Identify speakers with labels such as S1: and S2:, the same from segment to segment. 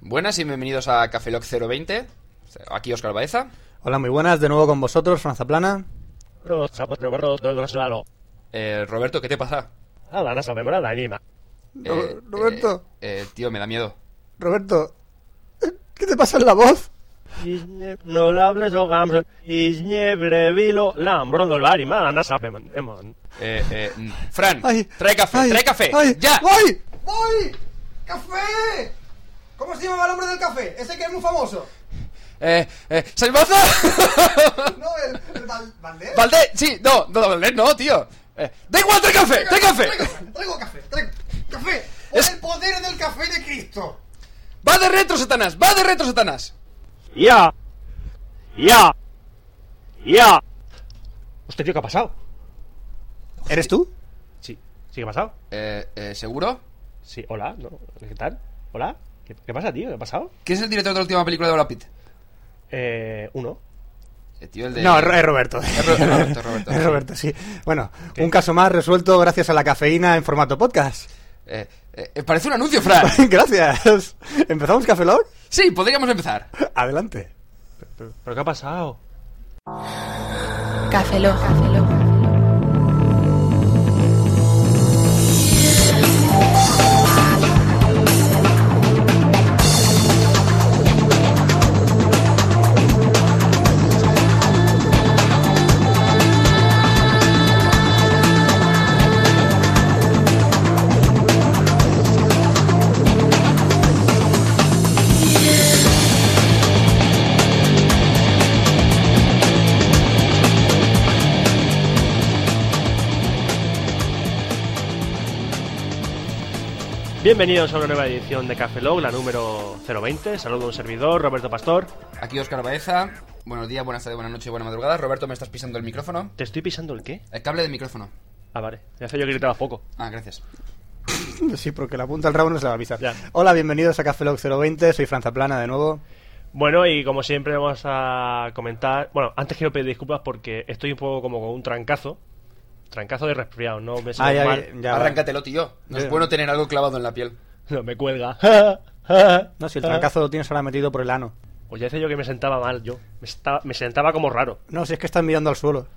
S1: Buenas y bienvenidos a Cafeloc 020. Aquí Oscar Baeza.
S2: Hola, muy buenas, de nuevo con vosotros, Franza Plana.
S3: pues,
S1: Eh, Roberto, ¿qué te pasa? Eh,
S2: Roberto,
S1: eh, eh, tío, me da miedo.
S2: Roberto, ¿qué te pasa en la voz?
S3: No hables o gamson, y niebre vilo, lambrón del bar y man, no sabemos, demon.
S1: Eh, eh, mm. Fran,
S2: Ay,
S1: trae café,
S2: ay,
S1: trae café.
S2: ay,
S1: ¡Ya!
S2: ¡Voy!
S4: ¡Voy! ¡Café! ¿Cómo se llamaba el hombre del café? Ese que es muy famoso.
S1: Eh, eh, ¡Salvaza!
S4: No, el, el Val- Valdés.
S1: Valdés, sí, no, no, Valdés no, tío. Eh, da igual, trae café, trae café.
S4: Traigo, traigo café, traigo café. Por
S1: Es-
S4: el poder del café de Cristo.
S1: Va de retro, Satanás, va de retro, Satanás.
S3: ¡Ya! ¡Ya! ¡Ya! Hostia, tío, ¿qué ha pasado?
S2: ¿Eres tú?
S3: Sí, sí, ¿qué ha pasado?
S1: Eh, eh, ¿seguro?
S3: Sí, hola, ¿no? ¿qué tal? ¿Hola? ¿Qué, qué pasa, tío? ¿Qué ha pasado?
S1: ¿Quién es el director de la última película de Brad Pitt?
S3: Eh, uno.
S1: Eh, tío, el de...
S2: No, es Ro- es Roberto. Es
S1: Ro- es Roberto, es Roberto.
S2: Es Roberto, sí. Bueno, un caso más resuelto gracias a la cafeína en formato podcast.
S1: Eh, eh, eh, parece un anuncio, Fran.
S2: gracias. ¿Empezamos Café Lock?
S1: Sí, podríamos empezar.
S2: Adelante.
S3: ¿Pero qué ha pasado?
S5: Café Lock.
S3: Bienvenidos a una nueva edición de Café Log, la número 020. Saludo a un servidor, Roberto Pastor.
S1: Aquí Oscar Baeza. Buenos días, buenas tardes, buenas noches, buena madrugada. Roberto, me estás pisando el micrófono.
S3: ¿Te estoy pisando el qué?
S1: El cable del micrófono.
S3: Ah, vale. Ya sé yo que gritaba poco.
S1: Ah, gracias.
S2: Sí, porque la punta del rabo no se la va a avisar.
S3: Ya.
S2: Hola, bienvenidos a Café Lock 020. Soy Franza Plana de nuevo.
S3: Bueno, y como siempre vamos a comentar... Bueno, antes quiero pedir disculpas porque estoy un poco como con un trancazo. Trancazo de resfriado, ¿no? Me siento
S2: Ah, ya,
S3: mal.
S2: ya, ya.
S1: Arráncatelo, tío. No es
S2: Eh.
S1: bueno tener algo clavado en la piel.
S3: No, me cuelga.
S2: No, si el trancazo lo tienes ahora metido por el ano.
S3: Pues ya decía yo que me sentaba mal, yo. Me, esta- me sentaba como raro,
S2: No, si es que estás mirando al suelo.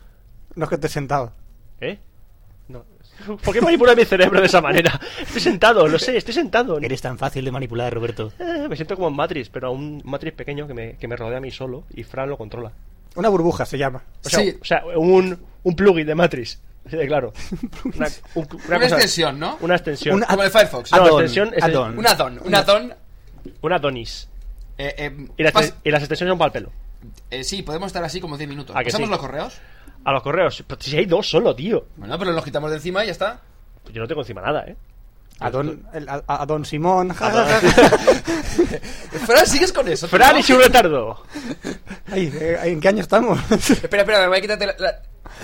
S2: No es que estés sentado.
S3: ¿eh? No. ¿Por qué manipula mi cerebro de esa manera? Estoy sentado, lo sé, estoy sentado.
S2: Eres tan fácil de manipular, Roberto.
S3: Eh, me siento como en Matrix, pero un Matrix pequeño que me, que me rodea a mí solo y Fran lo controla.
S2: Una burbuja se llama.
S3: O sea,
S1: Sí.
S3: o sea, un, un plugin de Matrix. Así de claro. Una, un- una
S1: Una
S3: cosa-
S1: extensión, ¿no?
S3: Una extensión.
S2: Un
S1: Como el Firefox.
S3: No,
S2: add-on,
S3: extensión es-
S2: add-on.
S1: Un add-on. Un add-on.
S3: Una Donis.
S1: Eh, eh,
S3: Y, las-
S1: pas-
S3: y las extensiones son para el pelo.
S1: eh, sí, podemos estar así como 10 minutos.
S3: ¿A que
S1: ¿Pasamos
S3: sí?
S1: los correos?
S3: A los correos. Pero si hay dos solo, tío.
S1: Bueno, pero los quitamos de encima y ya está.
S3: Pues yo no tengo encima nada, ¿eh?
S2: A don, el- a, a don Simón.
S1: Fran, ¿sigues con eso? tío?
S3: Fran y su retardo.
S2: Ay, eh, ¿En qué año estamos?
S1: Espera, espera, me voy a quitarte la... la-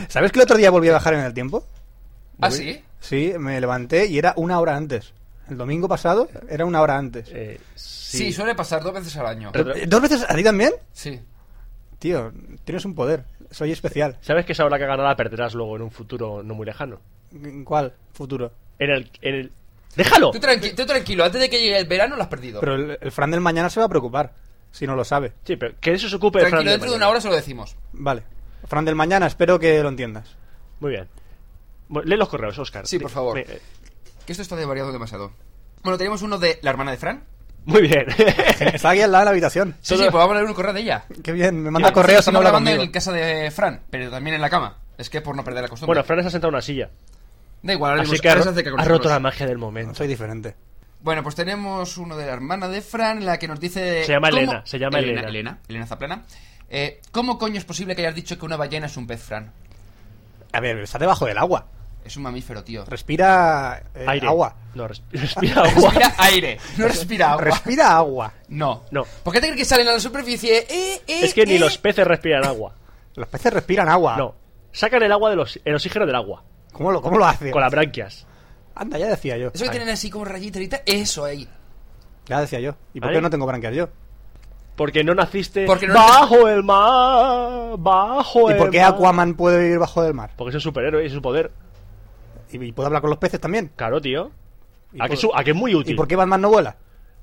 S2: ¿Sabes que el otro día volví a bajar en el tiempo?
S1: ¿Ah, sí?
S2: Sí, me levanté y era una hora antes. El domingo pasado era una hora antes.
S3: Eh,
S1: sí? suele pasar dos veces al año.
S3: Pero-
S2: ¿Dos veces a ti también?
S1: Sí.
S2: Tío, tienes un poder. Soy especial.
S3: ¿Sabes que esa hora que ganada la perderás luego en un futuro no muy lejano?
S2: ¿En ¿Cuál? Futuro.
S3: En el. En el... ¡Déjalo!
S1: Tú, tranqui- tú tranquilo, antes de que llegue el verano lo has perdido.
S2: Pero el, el Fran del mañana se va a preocupar, si no lo sabe.
S3: Sí, pero que eso se ocupe
S1: tranquilo,
S3: pues, Fran de
S1: dentro de
S3: mañana.
S1: una hora se lo decimos.
S2: Vale. Fran del mañana, espero que lo entiendas.
S3: Muy bien. Bueno, lee los correos, Oscar.
S1: Sí, por favor.
S3: Eh,
S1: Que esto está desvariado demasiado. Bueno, tenemos uno de la hermana de Fran.
S3: Muy bien.
S2: Está aquí al lado de la habitación.
S1: Sí,
S3: Todo- Ah,
S1: sí, pues vamos a leer un correo de ella.
S2: Qué bien, me manda
S1: Sí,
S2: correos y no
S1: estamos
S2: habla
S1: grabando
S2: conmigo.
S1: en casa de Fran, pero también en la cama. Es que por no perder la costumbre.
S3: bueno, Fran se ha sentado en una silla.
S1: da igual, ahora
S3: así
S1: mismo-
S3: que ha,
S1: ahora se acerca con
S3: ha roto
S1: nosotros.
S3: la magia del momento.
S2: Soy diferente.
S1: Bueno, pues tenemos uno de la hermana de Fran, la que nos dice...
S3: Se llama
S1: ¿cómo-
S3: Elena, se llama Elena.
S1: Elena, Elena Zaplana. Eh, ¿Cómo coño es posible que hayas dicho que una ballena es un pez, Fran?
S2: A ver, está debajo del agua.
S1: Es un mamífero, tío.
S2: Respira eh,
S3: Aire.
S2: agua.
S3: No, res- respira agua.
S1: Respira aire, no respira agua.
S2: Respira agua.
S1: No.
S3: No.
S1: ¿Por qué te crees que salen a la superficie? Eh, eh,
S3: es que ni
S1: eh?
S3: los peces respiran agua.
S2: Los peces respiran agua.
S3: No. Sacan el agua de los, el oxígeno del agua.
S2: ¿Cómo lo, cómo lo hace?
S3: Con las branquias.
S2: Anda, ya decía yo.
S1: Eso que tienen así como rayita y tal, eso ahí.
S2: Ya decía yo. ¿Y por
S3: Vale.
S2: qué no tengo branquias yo?
S3: Porque no naciste
S1: Porque no-
S3: bajo el mar. Bajo
S2: ¿Y
S3: el
S2: por qué
S3: mar.
S2: Aquaman puede vivir bajo del mar?
S3: Porque es un superhéroe y es su poder.
S2: ¿Y, y puede hablar con los peces también?
S3: Claro, tío.
S2: ¿Y
S3: ¿A que,
S2: por-
S3: es, su- a que es muy útil.
S2: ¿Y por qué Batman no vuela?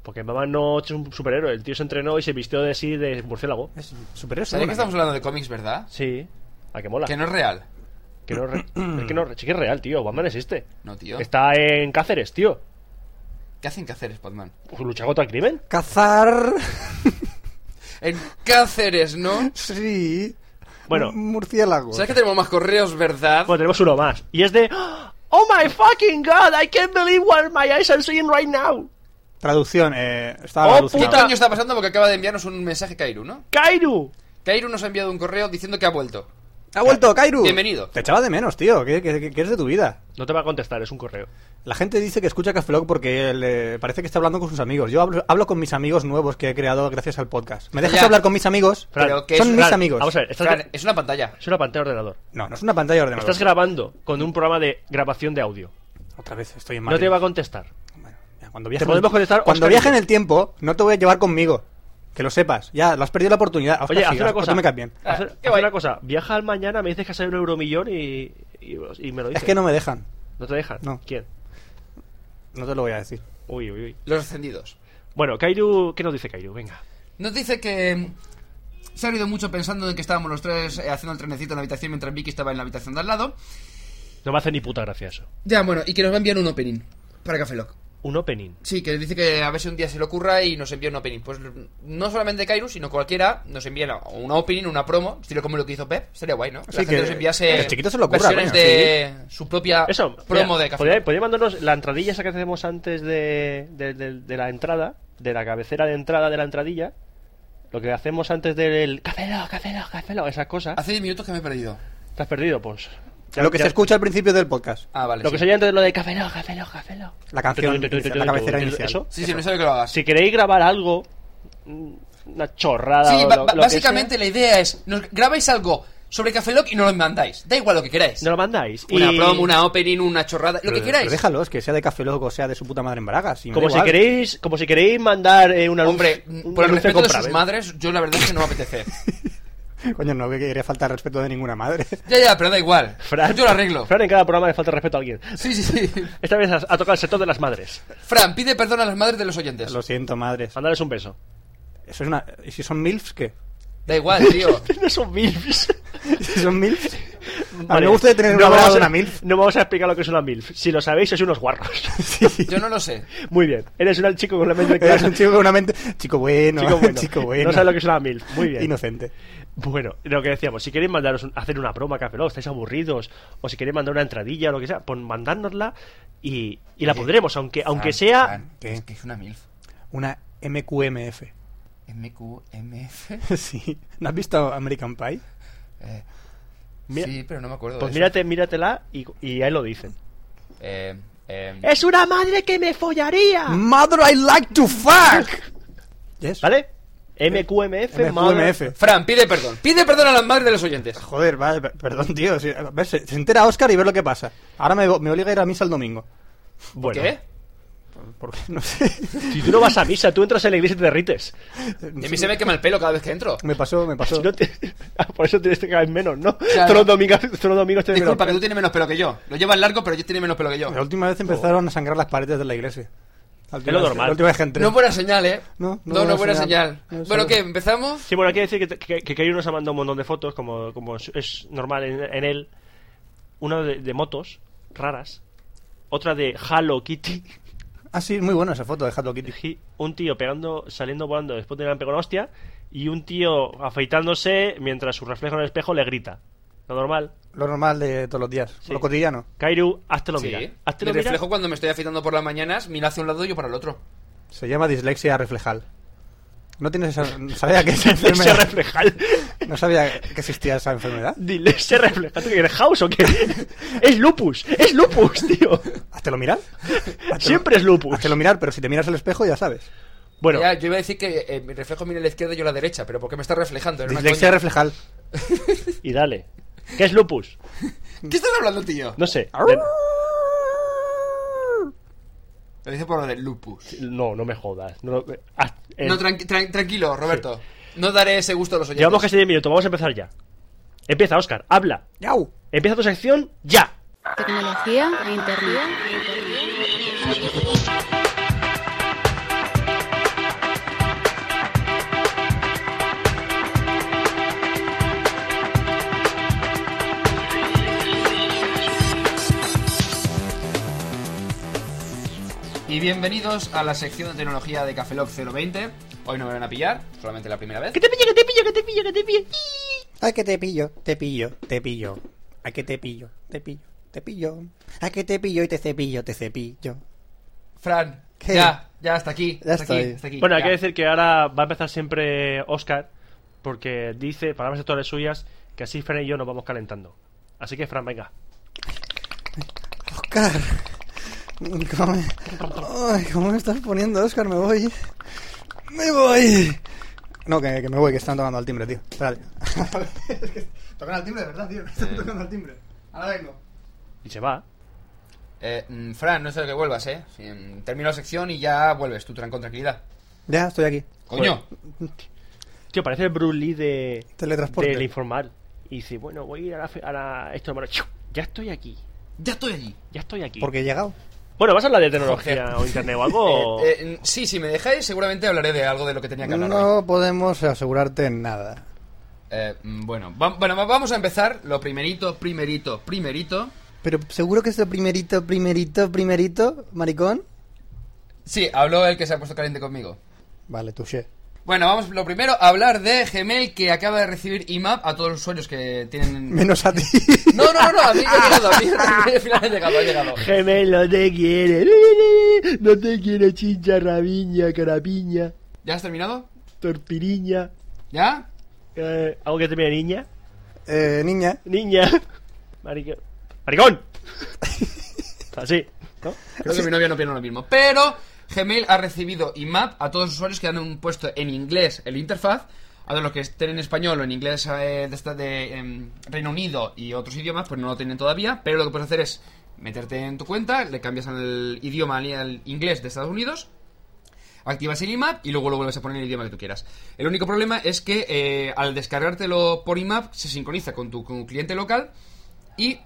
S3: Porque Batman no es un superhéroe. El tío se entrenó y se vistió de sí de murciélago.
S2: Es superhéroe.
S1: ¿Sabéis Pues que
S2: seguro,
S1: estamos hablando de cómics, verdad?
S3: Sí. A que mola.
S1: Que no es real.
S3: Que no re- es que no re- sí que es real, tío. Batman existe.
S1: No, tío.
S3: Está en Cáceres, tío.
S1: ¿Qué hacen que hacer, Batman?
S3: Lucha pues, contra el crimen.
S2: ¿eh? Cazar.
S1: En Cáceres, ¿no?
S2: sí.
S3: Bueno.
S2: Murciélago.
S1: ¿Sabes que tenemos más correos, verdad?
S3: Bueno, tenemos uno más. Y es de. ¡Oh my fucking god! I can't believe what my eyes are seeing right now.
S2: Traducción. Eh, estaba
S3: ¡Oh,
S1: ¿Qué
S2: alucinado.
S3: puta!
S1: coño está pasando? Porque acaba de enviarnos un mensaje Kairu, ¿no?
S3: ¡Kairu!
S1: Kairu nos ha enviado un correo diciendo que ha vuelto.
S2: ¡Ha vuelto, Kairu!
S1: Bienvenido.
S2: Te echaba de menos, tío. ¿Qué, qué, qué- qué es de tu vida?
S3: No te va a contestar, es un correo.
S2: La gente dice que escucha Café Lock porque le parece que está hablando con sus amigos. Yo hablo, hablo con mis amigos nuevos que he creado gracias al podcast. ¿Me dejas
S1: Ya.
S2: hablar con mis amigos?
S1: Fran, Pero que
S2: Son
S1: es-
S2: mis
S3: Fran,
S2: amigos.
S3: Vamos a ver, estás-
S1: Fran, es una pantalla.
S3: es una pantalla de ordenador.
S2: No, no es una pantalla de ordenador.
S3: Estás grabando con un programa de grabación de audio.
S2: Otra vez, estoy en
S3: No te
S2: Matrix.
S3: va a contestar.
S2: Bueno, ya, cuando viaje
S3: Te podemos contestar,
S2: cuando
S3: Oscar,
S2: viaje
S3: y-
S2: en el tiempo, no te voy a llevar conmigo. Que lo sepas. Ya, lo has perdido la oportunidad. Oscar,
S3: Oye,
S2: sí,
S3: haz una
S2: Oscar,
S3: cosa.
S2: tú me caes bien.
S1: Ah,
S3: Haz,
S1: qué
S3: haz
S1: guay.
S3: una cosa. Viaja al mañana, me dices que has salido un euromillón y, y, y me lo dices.
S2: Es que no me dejan.
S3: ¿No te dejan?
S2: No.
S3: ¿Quién?
S2: No te lo voy a decir.
S3: Uy, uy, uy.
S1: Los ascendidos.
S3: Bueno, Kairu, ¿qué nos dice Kairu? Venga.
S1: Nos dice que mm, se ha ido mucho pensando en que estábamos los tres eh, haciendo el trenecito en la habitación mientras Vicky estaba en la habitación de al lado.
S3: No me hace ni puta gracia eso.
S1: Ya, bueno, y que nos va a enviar un opening para Café Lock.
S3: Un opening.
S1: Sí, que dice que a ver si un día se le ocurra y nos envía un opening. Pues no solamente Kairu, sino cualquiera nos envía la- un opening, una promo, estilo como lo que hizo Pep. Sería guay, ¿no? Que
S2: Sí,
S1: la gente
S2: que
S1: nos enviase
S2: el chiquito se lo ocurra,
S1: versiones
S2: coño,
S1: de su propia
S3: Eso,
S1: Ah, promo
S3: mira,
S1: de Café
S3: podía-
S1: Lock.
S3: podía mandarnos la entradilla esa que hacemos antes de, de- de- de la entrada, de la cabecera de entrada de la entradilla. Lo que hacemos antes del café, Lock, café, Lock, café, Lock, esas cosas.
S1: Hace 10 minutos que me he perdido.
S3: ¿Te has perdido, Pons?
S2: lo que se escucha al principio del podcast.
S1: Ah, vale.
S3: Lo
S1: sí.
S3: que sería antes de lo de café, Lock, café, Lock, café, Lock.
S2: La canción,
S3: Tu, tu, tu, tu, tu,
S2: la cabecera
S3: tu, tu, tu,
S2: inicial.
S3: Eso.
S1: Sí, sí, no sabe que lo hagas.
S3: Si queréis grabar algo, mm, una chorrada.
S1: Sí,
S3: o
S1: ba-
S3: lo-
S1: ba-
S3: lo que
S1: básicamente
S3: sea,
S1: la idea es, nos grabáis algo sobre Café Lock y nos lo mandáis. Da igual lo que queráis.
S3: Nos lo mandáis.
S1: Una
S3: Y
S1: promo, una opening, una chorrada, lo que
S2: Pero-
S1: queráis.
S2: pero déjalos, que sea de Café Loco, sea de su puta madre en Braga. si me
S3: Como
S2: da
S3: si,
S2: igual.
S3: queréis, como si queréis mandar eh, una luz-
S1: Hombre,
S3: un
S1: por el
S3: anuncio de
S1: respeto de sus
S3: compra-venta.
S1: madres, yo la verdad es que no me apetece.
S2: Coño, no que quería faltar respeto de ninguna madre.
S1: ya, ya, pero da igual.
S3: Fran,
S1: Yo lo arreglo.
S3: Fran, en cada programa le falta respeto a alguien.
S1: Sí, sí, sí.
S3: Esta vez ha ha tocado el sector de las madres.
S1: Fran, pide perdón a las madres de los oyentes.
S2: Lo siento, madres.
S3: Mandarles un beso.
S2: Eso es una... ¿Y si son MILFs, qué?
S1: Da igual, tío.
S3: No son MILFs.
S2: ¿Si son MILFs? A mí me gusta tener un abrazo de
S3: vamos a-
S2: una MILF.
S3: No vamos a explicar lo que es una MILF. Si lo sabéis, sois unos guarros.
S2: Sí.
S1: Yo no lo sé.
S3: Muy bien. Eres un chico con la mente clara.
S2: Eres un chico con una mente... Chico bueno,
S3: Chico bueno. No sabes lo que es una MILF. Muy bien.
S2: Inocente.
S3: Bueno, lo que decíamos, si queréis mandaros un- hacer una broma, café, Lock, estáis aburridos, o si queréis mandar una entradilla, lo que sea, pues mandárnosla y, y la pondremos, aunque,
S1: Fran,
S3: aunque sea.
S1: Fran,
S2: ¿Qué?
S1: Es que es una MILF.
S2: Una MQMF.
S1: MQMF.
S2: Sí. ¿No has visto American Pie?
S1: Eh,
S3: Mira-
S1: sí, pero no me acuerdo.
S3: Pues
S1: de eso.
S3: mírate, míratela y, y ahí lo dicen.
S1: Eh, eh,
S3: ¡Es una madre que me follaría!
S2: Mother, I like to fuck. Yes.
S3: ¿Vale? MQMF, madre-
S2: MQMF.
S1: Fran, pide perdón. Pide perdón a las madres de los oyentes.
S2: Joder, vale, per- perdón, tío. sí, a ver, se, se entera Oscar y ver lo que pasa. Ahora me, me obliga a ir a misa el domingo.
S3: Bueno,
S1: ¿Qué?
S2: Porque no sé.
S3: Si tú no vas a misa, tú entras en la iglesia y te derrites.
S1: Y a mí se me quema el pelo cada vez que entro.
S2: Me pasó, me pasó.
S3: Si no te- Ah, Por eso tienes que caer menos, ¿no?
S1: Claro.
S3: Todos los domingos, todos los domingos tienes
S1: Disculpa, que
S3: menos.
S1: tú tienes menos pelo que yo. Lo llevas largo, pero yo tiene menos pelo que yo.
S2: La última vez empezaron a sangrar las paredes de la iglesia. La última
S3: lo
S2: vez-
S3: normal.
S2: La última vez que entré.
S1: No buena señal, ¿eh?
S2: No, no
S1: no,
S2: buena
S1: buena
S2: señal.
S1: señal.
S2: No,
S1: bueno,
S2: solo-
S1: ¿qué? ¿Empezamos?
S3: Sí, bueno, hay que decir que, que, que Kairu nos ha mandado un montón de fotos, como, como es- es normal en, en él. Una de, de motos raras, otra de Hello Kitty,
S2: Ah, sí, muy buena esa foto de Hello Kitty.
S3: y un tío pegando, saliendo volando después de que le han pegado una hostia, y un tío afeitándose mientras su reflejo en el espejo le grita. Lo normal.
S2: Lo normal de todos los días.
S3: Sí.
S2: Lo cotidiano.
S3: Kairu, hazte lo
S1: Sí.
S3: mira. Hazte
S1: Mi
S3: lo mira.
S1: reflejo cuando me estoy afeitando por las mañanas, mira hacia un lado y yo para el otro.
S2: Se llama dislexia reflejal. No tienes esa. no sabía que esa
S3: Dislexia
S2: enfermedad.
S3: reflejal.
S2: No sabía que existía esa enfermedad.
S3: Dislexia reflejal. ¿Tú qué eres house o qué? es lupus. Es lupus, tío.
S2: Háztelo mirar. Háztelo- Pues.
S3: Siempre es lupus.
S2: Háztelo mirar, pero si te miras al espejo ya sabes.
S3: Bueno,
S1: Ya, yo iba a decir que eh, mi reflejo mira a la izquierda y yo a la derecha, pero ¿por qué me está reflejando? Era una
S2: Dislexia
S1: coña.
S2: reflejal.
S3: y dale. ¿Qué es lupus?
S1: ¿Qué estás hablando, tío?
S3: No sé.
S2: Arr.
S3: De-
S1: Lo dice por lo del lupus.
S3: No, no me jodas. No, eh, ah, eh,
S1: No, tranqui- tran- tranquilo, pues. Roberto. No daré ese gusto a los oyentes.
S3: llevamos casi 10 minutos, vamos a empezar ya. Empieza, Oscar, habla.
S2: Yau.
S3: Empieza tu sección ya.
S5: Tecnología e internet.
S1: y bienvenidos a la sección de tecnología de Cafeloc 020. Hoy no me van a pillar, solamente la primera vez.
S5: Que te pille, que te pille, que te pille, que te pille.
S2: Ay, que te pillo, te pillo, te pillo. Ay, que te pillo, te pillo, te pillo. Ay, que te pillo y te cepillo, te cepillo.
S1: Fran,
S2: ¿Qué?
S1: ya, ya, hasta aquí.
S2: Ya
S1: hasta aquí,
S2: estoy.
S1: hasta aquí,
S3: Bueno, hay
S1: ya.
S3: que decir que ahora va a empezar siempre Oscar, porque dice, palabras de todas las suyas, que así Fran y yo nos vamos calentando. Así que Fran, venga.
S2: Oscar. ¿Cómo me... Ay, ¿cómo me estás poniendo, Oscar? Me voy. Me voy. No, que, que me voy, que están tocando al timbre, tío. Espérate.
S4: Tocan al timbre, de verdad, tío. Están tocando al timbre. Ahora vengo.
S3: Y se va.
S1: Eh, mm, Fran, no es el que vuelvas, eh. Sí, mm, Termino la sección y ya vuelves, tú tran- con tranquilidad.
S2: Ya, estoy aquí.
S1: Coño,
S3: Tío, parece el Bruce Lee de...
S2: Teletransporte.
S3: Del informal. Y dice, bueno, voy a ir a la... fe- A la esto, hermano. ¡Chu! Ya estoy aquí.
S1: ya estoy allí.
S3: Ya estoy aquí.
S2: Porque he llegado.
S3: Bueno, ¿vas a hablar de tecnología
S1: Joder.
S3: o internet o algo?
S1: Eh, eh, mm, sí, si me dejáis, seguramente hablaré de algo de lo que tenía que hablar. hoy.
S2: No podemos asegurarte nada.
S1: Eh, mm, bueno, va- bueno, va- vamos a empezar. Lo primerito, primerito, primerito.
S2: Pero seguro que es el primerito, primerito, primerito, maricón.
S1: Sí, habló el que se ha puesto caliente conmigo.
S2: Vale, touché.
S1: Bueno, vamos lo primero a hablar de Gmail que acaba de recibir IMAP a todos los usuarios que tienen.
S2: Menos a ti.
S1: No, no, no, no, a mí no ha llegado, a mí al final ha llegado, ha llegado.
S3: Gemel no te quiere. No te quiere chincha, rabiña, carapiña,
S1: ¿Ya has terminado?
S3: torpiriña.
S1: ¿Ya?
S3: Eh, ¿Algo que termine niña?
S2: Eh, niña.
S3: Niña. Maricón. Maricón. Así, ¿no?
S1: Creo que mi novia no piensa lo mismo. Pero Gmail ha recibido IMAP a todos los usuarios que han un puesto en inglés el interfaz. A ver, los que estén en español o en inglés eh, de, esta- de, em, Reino Unido y otros idiomas, pues no lo tienen todavía. Pero lo que puedes hacer es meterte en tu cuenta, le cambias al idioma al- al inglés de Estados Unidos activas el IMAP y luego lo vuelves a poner en el idioma que tú quieras. El único problema es que eh, al descargártelo por IMAP se sincroniza con tu con cliente local y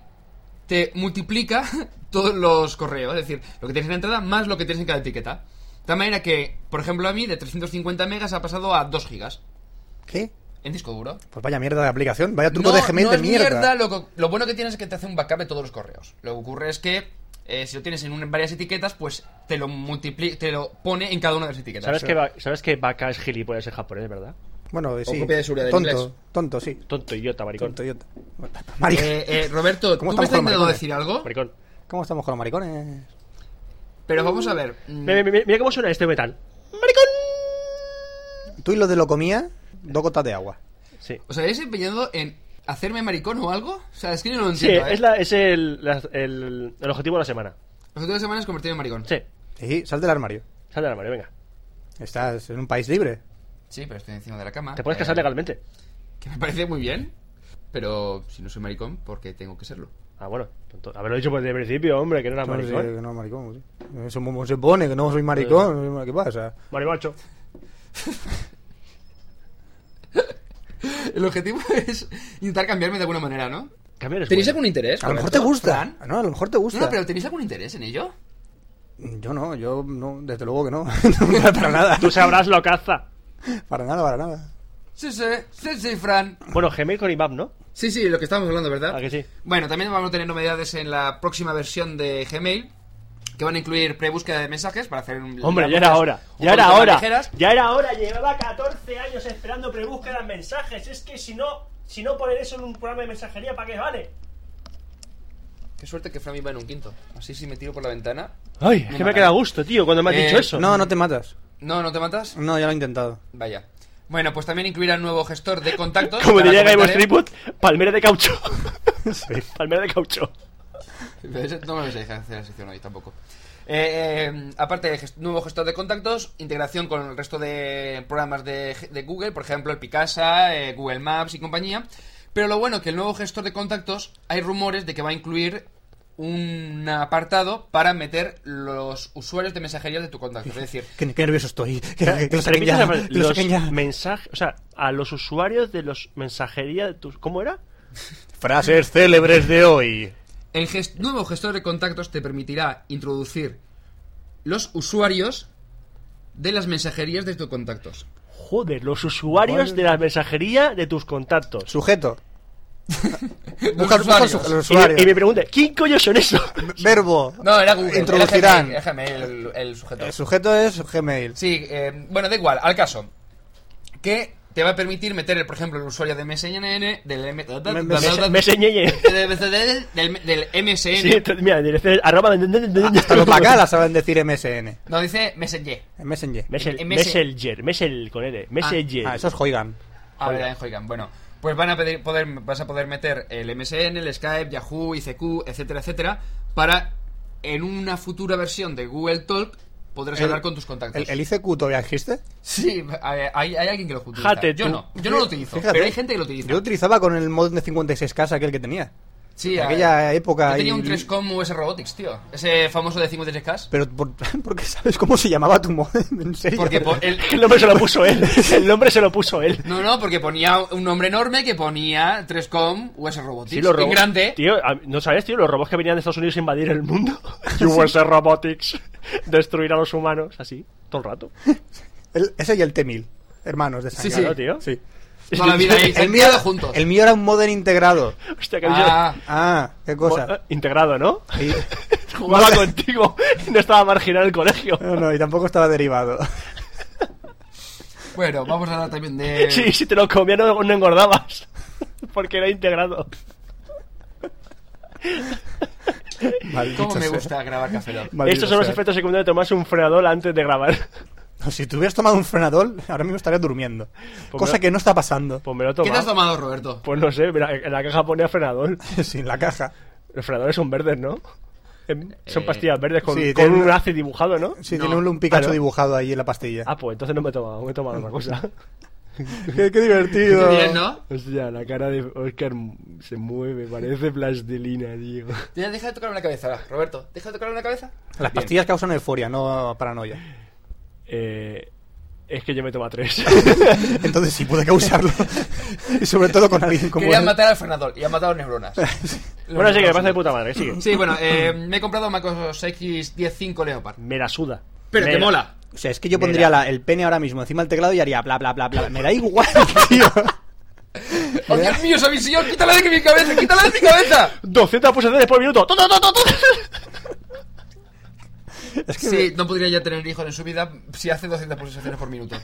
S1: te multiplica todos los correos, es decir, lo que tienes en la entrada más lo que tienes en cada etiqueta. De tal manera que, por ejemplo, a mí de 350 megas ha pasado a 2 gigas
S2: ¿Qué?
S1: en disco duro.
S2: Pues vaya mierda de aplicación. Vaya truco de Gmail
S1: no
S2: de
S1: es
S2: mierda.
S1: Lo, que- lo bueno que tienes es que te hace un backup de todos los correos. Lo que ocurre es que eh, si lo tienes en un- varias etiquetas, pues te lo multiplica, te lo pone en cada una de las etiquetas. Eh,
S3: ¿Sabes que, va- ¿Sabes que vaca es gilipollas en japonés, verdad?
S2: Bueno, sí.
S1: copia de seguridad del
S2: tonto,
S1: inglés.
S2: tonto, sí.
S3: Tonto idiota, maricón.
S2: Tonto, idiota. Maricón.
S1: Eh, eh, Roberto,
S2: ¿Cómo
S1: tú me
S2: estamos
S1: estás intentando
S2: con los maricones?
S1: decir algo,
S3: Maricón.
S2: ¿Cómo estamos con los maricones?
S1: pero vamos a ver. mm,
S3: Mira, mira, mira cómo suena este metal.
S2: Tú y lo de lo comía, dos gotas de agua.
S3: Sí.
S1: ¿Os habéis empeñado en hacerme maricón o algo? O sea, es que yo no lo
S3: Sí,
S1: entiendo. ¿eh?
S3: es, la, es el, la- el, el objetivo de la semana.
S1: Las últimas semanas convertirme en maricón.
S3: Sí.
S2: Sí, sal del armario.
S3: Sal de la mano, venga.
S2: Estás en un país libre.
S1: Sí, pero estoy encima de la cama.
S3: Te puedes
S1: eh,
S3: casar legalmente.
S1: Que me parece muy bien, pero si no soy maricón, porque tengo que serlo.
S3: Ah, bueno. tonto. Haberlo dicho desde el principio, hombre, que no era
S2: No, sí,
S3: Ah, maricón.
S2: que no, maricón. sí. Eso mo- se pone, que no soy maricón. ¿Qué pasa?
S3: Marimacho.
S1: El objetivo es intentar cambiarme de alguna manera, ¿no?
S3: Cambiar es
S1: ¿Tenéis
S3: bueno.
S1: algún interés?
S2: A lo mejor
S1: Roberto?
S2: te gusta.
S1: ¿Fran?
S2: No, a lo mejor te
S1: No,
S2: gusta.
S1: no, pero ¿tenéis algún interés en ello?
S2: Yo no, yo no, desde luego que no. No, para nada.
S3: Tú sabrás lo caza.
S2: Para nada, para nada.
S1: Sí, sí, sí, sí, Fran.
S3: Bueno, Gmail con IMAP, ¿no?
S1: Sí, sí, lo que estábamos hablando, ¿verdad?
S2: Ah.
S3: ¿A que sí?
S1: Bueno, también vamos a tener novedades en la próxima versión de Gmail, que van a incluir prebúsqueda de mensajes para hacer un...
S3: Hombre, ya
S1: las
S3: era
S1: búsquedas
S3: hora.
S1: un
S3: Ya era
S1: poquito más
S3: hora.
S1: ligeras.
S3: Ya era hora. Llevaba 14 años esperando prebúsquedas mensajes. Es que si no, si no poner eso en un programa de mensajería, ¿para qué vale?
S1: Qué suerte que Fran iba en un quinto. Así si me tiro por la ventana...
S3: Ay, es que me
S1: mata.
S3: ha quedado a gusto, tío, cuando me has
S1: Eh,
S3: dicho eso.
S2: No, no te matas.
S1: No, ¿no te matas?
S2: No, ya lo he intentado.
S1: Vaya. Bueno, pues también incluirá el nuevo gestor de contactos. ¿eh?
S3: Como
S1: Ahora
S3: diría Gaibos
S1: comentaré-
S3: Tripod, palmera de caucho. Palmera de caucho.
S1: Ese No me lo sé hacer la sección hoy tampoco. Eh, eh, aparte de gest- nuevo gestor de contactos, integración con el resto de programas de, G- de Google, por ejemplo, el Picasa, eh, Google Maps y compañía. Pero lo bueno que el nuevo gestor de contactos, hay rumores de que va a incluir un apartado para meter los usuarios de mensajería de tu contacto. Es decir,
S2: Qué, qué nervioso estoy. Que, que lo saquen
S3: Permíteme
S2: ya.
S3: la
S2: que
S3: frase,
S2: lo
S3: Los
S2: saquen ya.
S3: mensajes, o sea, a los usuarios de los mensajería de tus. ¿Cómo era?
S2: Frases célebres de hoy.
S1: El ges- nuevo gestor de contactos te permitirá introducir los usuarios de las mensajerías de tus contactos.
S3: Joder, los usuarios de la mensajería de tus contactos.
S2: Sujeto. Busca,
S1: Los
S2: busca el
S1: usuarios.
S2: su- el
S3: Y me,
S2: usuario.
S3: y me pregunta, ¿quién coño son esos?
S2: Verbo.
S1: No, era Google.
S2: Introducirán.
S1: Era Gmail, era Gmail, el, el sujeto.
S2: El sujeto es Gmail.
S1: Sí, eh, bueno, da igual, al caso. Que te va a permitir meter, por ejemplo, el usuario de MSN, del, M-
S2: Me-
S3: Me enseñé.
S1: del, del MSN.
S3: Sí, entonces, mira, dirección arroba.
S2: Hasta los bacalas saben decir MSN.
S1: No, dice Messenger.
S2: Messenger.
S3: Messel-
S1: MS.
S3: Messenger, Messel con L, Messenger.
S2: Ah, eso es Hoigan.
S1: Ah, verdad, en Hoigan. Bueno, pues van a pedir, poder, vas a poder meter el MSN, el Skype, Yahoo, ICQ, etcétera, etcétera, para en una futura versión de Google Talk podrás hablar con tus contactos.
S2: ¿El, el ICQ todavía existe?
S1: Sí, hay, hay- hay alguien que lo utiliza.
S3: Jate
S1: yo
S3: tú.
S1: no, yo no lo utilizo,
S2: Fíjate.
S1: pero hay gente que lo utiliza.
S2: Yo lo utilizaba con el modem de 56K aquel que tenía.
S1: sí,
S2: en
S1: a-
S2: aquella época
S1: Yo tenía
S2: y-
S1: un 3Com US Robotics, tío. Ese famoso de 56K.
S2: Pero ¿por, por qué sabes cómo se llamaba tu modem? ¿En serio?
S1: Porque po- el-
S3: El nombre se lo puso él. El nombre se lo puso él.
S1: no, no, porque ponía un nombre enorme que ponía 3Com US Robotics.
S3: Sí, los
S1: en
S3: robots-
S1: grande.
S3: Tío, a- ¿no sabes, tío? Los robots que venían de Estados Unidos a invadir el mundo. US Robotics. Destruir a los humanos, así, todo el rato.
S2: El- ese y el T1000, hermanos de sangre.
S1: Sí,
S3: Claro, tío.
S2: Sí.
S1: Toda la vida ahí, se han quedado juntos.
S2: el mío era un modem integrado.
S3: Hostia, que
S1: Ah,
S2: Ah, qué
S3: dicho-
S2: cosa.
S3: Mo- Integrado, ¿no?
S2: Y,
S3: Jugaba contigo. No estaba marginal el colegio.
S2: no, no, y tampoco estaba derivado.
S1: bueno, vamos a hablar también de...
S2: Eh.
S3: Sí, si te lo comía no, no engordabas. Porque era integrado.
S2: Maldito
S1: ¿Cómo me
S2: sea.
S1: gusta grabar Café Lock?
S2: Maldito
S3: Estos son los
S2: sea.
S3: efectos secundarios de tomarse un frenador antes de grabar.
S2: No, Si te hubieras tomado un frenador, ahora mismo estarías durmiendo. cosa
S3: mira.
S2: que no está pasando.
S3: Pues me lo he
S1: ¿Qué te has
S3: tomado.
S1: tomado, Roberto?
S3: Pues no sé, mira, en la caja ponía frenador.
S2: Sin la caja.
S3: Los frenadores son verdes, ¿no? Em, Son
S1: Eh,
S3: pastillas verdes con,
S2: sí,
S3: con
S2: tienen-
S3: un ácido dibujado, ¿no?
S2: Sí,
S1: No.
S2: tiene un, un Pikachu
S3: Ah, ¿no?
S2: dibujado ahí en la pastilla.
S3: Ah, pues entonces no me he tomado, me he tomado otra cosa.
S2: qué, qué divertido.
S1: pues Bien, ¿no?
S3: Hostia, la cara de Oscar m- se mueve, parece plastilina, tío.
S1: Ya, deja de tocarme la cabeza, va, Roberto. Deja de tocarme la cabeza.
S2: Las
S1: Bien.
S2: pastillas causan euforia, no paranoia.
S3: Eh, es que yo me he tomado tres.
S2: Entonces sí puede causarlo. y sobre todo con alguien como
S1: Querían
S2: él.
S1: matar al frenador y han matado neuronas.
S3: bueno, sí que me parece de puta madre, sigue.
S1: Sí, bueno, eh, me he comprado MacOS X 105 Leopard.
S3: Me la suda.
S1: Pero
S3: Me
S1: te
S3: la-
S1: mola.
S2: O sea, es que yo
S3: Me
S2: pondría
S3: da-
S2: la- el pene ahora mismo encima del teclado y haría bla bla bla bla. Me da igual, tío.
S1: ¡Oh, Dios mío, sabéis, señor! ¡Quítala de mi cabeza! ¡Quítala de mi cabeza!
S3: 200 pulsaciones por minuto. ¡Todo, todo, todo!
S2: Es que
S1: Sí, no podría ya tener hijos en su vida si hace 200 pulsaciones por minuto.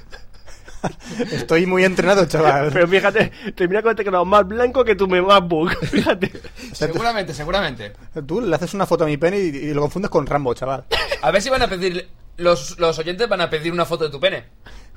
S2: estoy muy entrenado, chaval.
S3: Pero fíjate, termina con el teclado más blanco que tu MacBook. Fíjate.
S1: Seguramente, seguramente.
S2: Tú le haces una foto a mi pene y, y lo confundes con Rambo, chaval.
S1: A ver si van a pedir... Los, los oyentes van a pedir una foto de tu pene.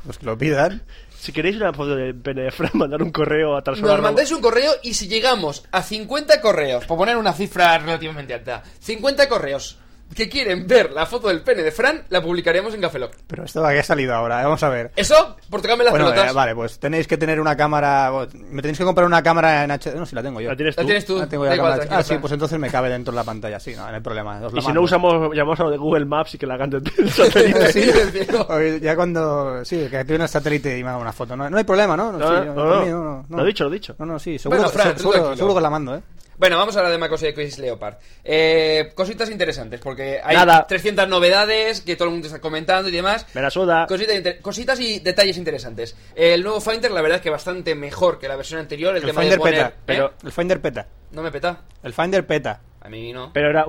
S2: Pues que lo pidan.
S3: Si queréis una foto de pene de Fran, mandar un correo a
S1: Nos
S3: Transformar.
S1: mandáis un correo y si llegamos a 50 correos, por poner una cifra relativamente alta, 50 correos que quieren ver la foto del pene de Fran, la publicaremos en Cafeloc.
S2: Pero esto que ha salido ahora, eh, vamos a ver.
S1: Eso, por tocarme las
S2: Bueno,
S1: pelotas.
S2: eh, vale, pues tenéis que tener una cámara. bueno, Me tenéis que comprar una cámara en HD. No, si la tengo yo.
S3: La tienes
S1: La
S3: tú.
S1: tienes tú.
S2: Ah, tengo
S1: da
S2: ya
S1: igual,
S2: cámara-
S1: tranquilo,
S2: ah, sí,
S1: Fran.
S2: pues entonces me cabe dentro de la pantalla. Sí, no, no hay problema. os la
S3: Y si
S2: mando.
S3: no usamos, llamamos a lo de Google Maps y que la hagan desde el satélite.
S1: Sí, sí, sí.
S2: Oye, Ya cuando. Sí, que activo un satélite y me haga una foto. No, no hay problema, ¿no?
S3: No,
S2: sí,
S3: no,
S2: yo-
S3: no,
S2: por
S3: no.
S2: mí,
S3: Lo he dicho, lo he dicho.
S2: No, no, sí, seguro,
S1: Bueno, Fran, tú
S2: seguro,
S1: tranquilo.
S2: seguro que la mando, ¿eh?
S1: Bueno, vamos a hablar de MacOS X Leopard. Eh, cositas interesantes, porque hay
S3: Nada.
S1: 300 novedades que todo el mundo está comentando y demás.
S3: Me la suda.
S1: Cositas, inter- cositas y detalles interesantes. El nuevo Finder, la verdad es que bastante mejor que la versión anterior. El,
S2: El
S1: tema
S2: Finder
S1: de poner,
S2: peta.
S1: ¿eh?
S2: Pero... El Finder peta.
S1: No me peta.
S2: El Finder peta.
S1: A mí no.
S3: Pero era,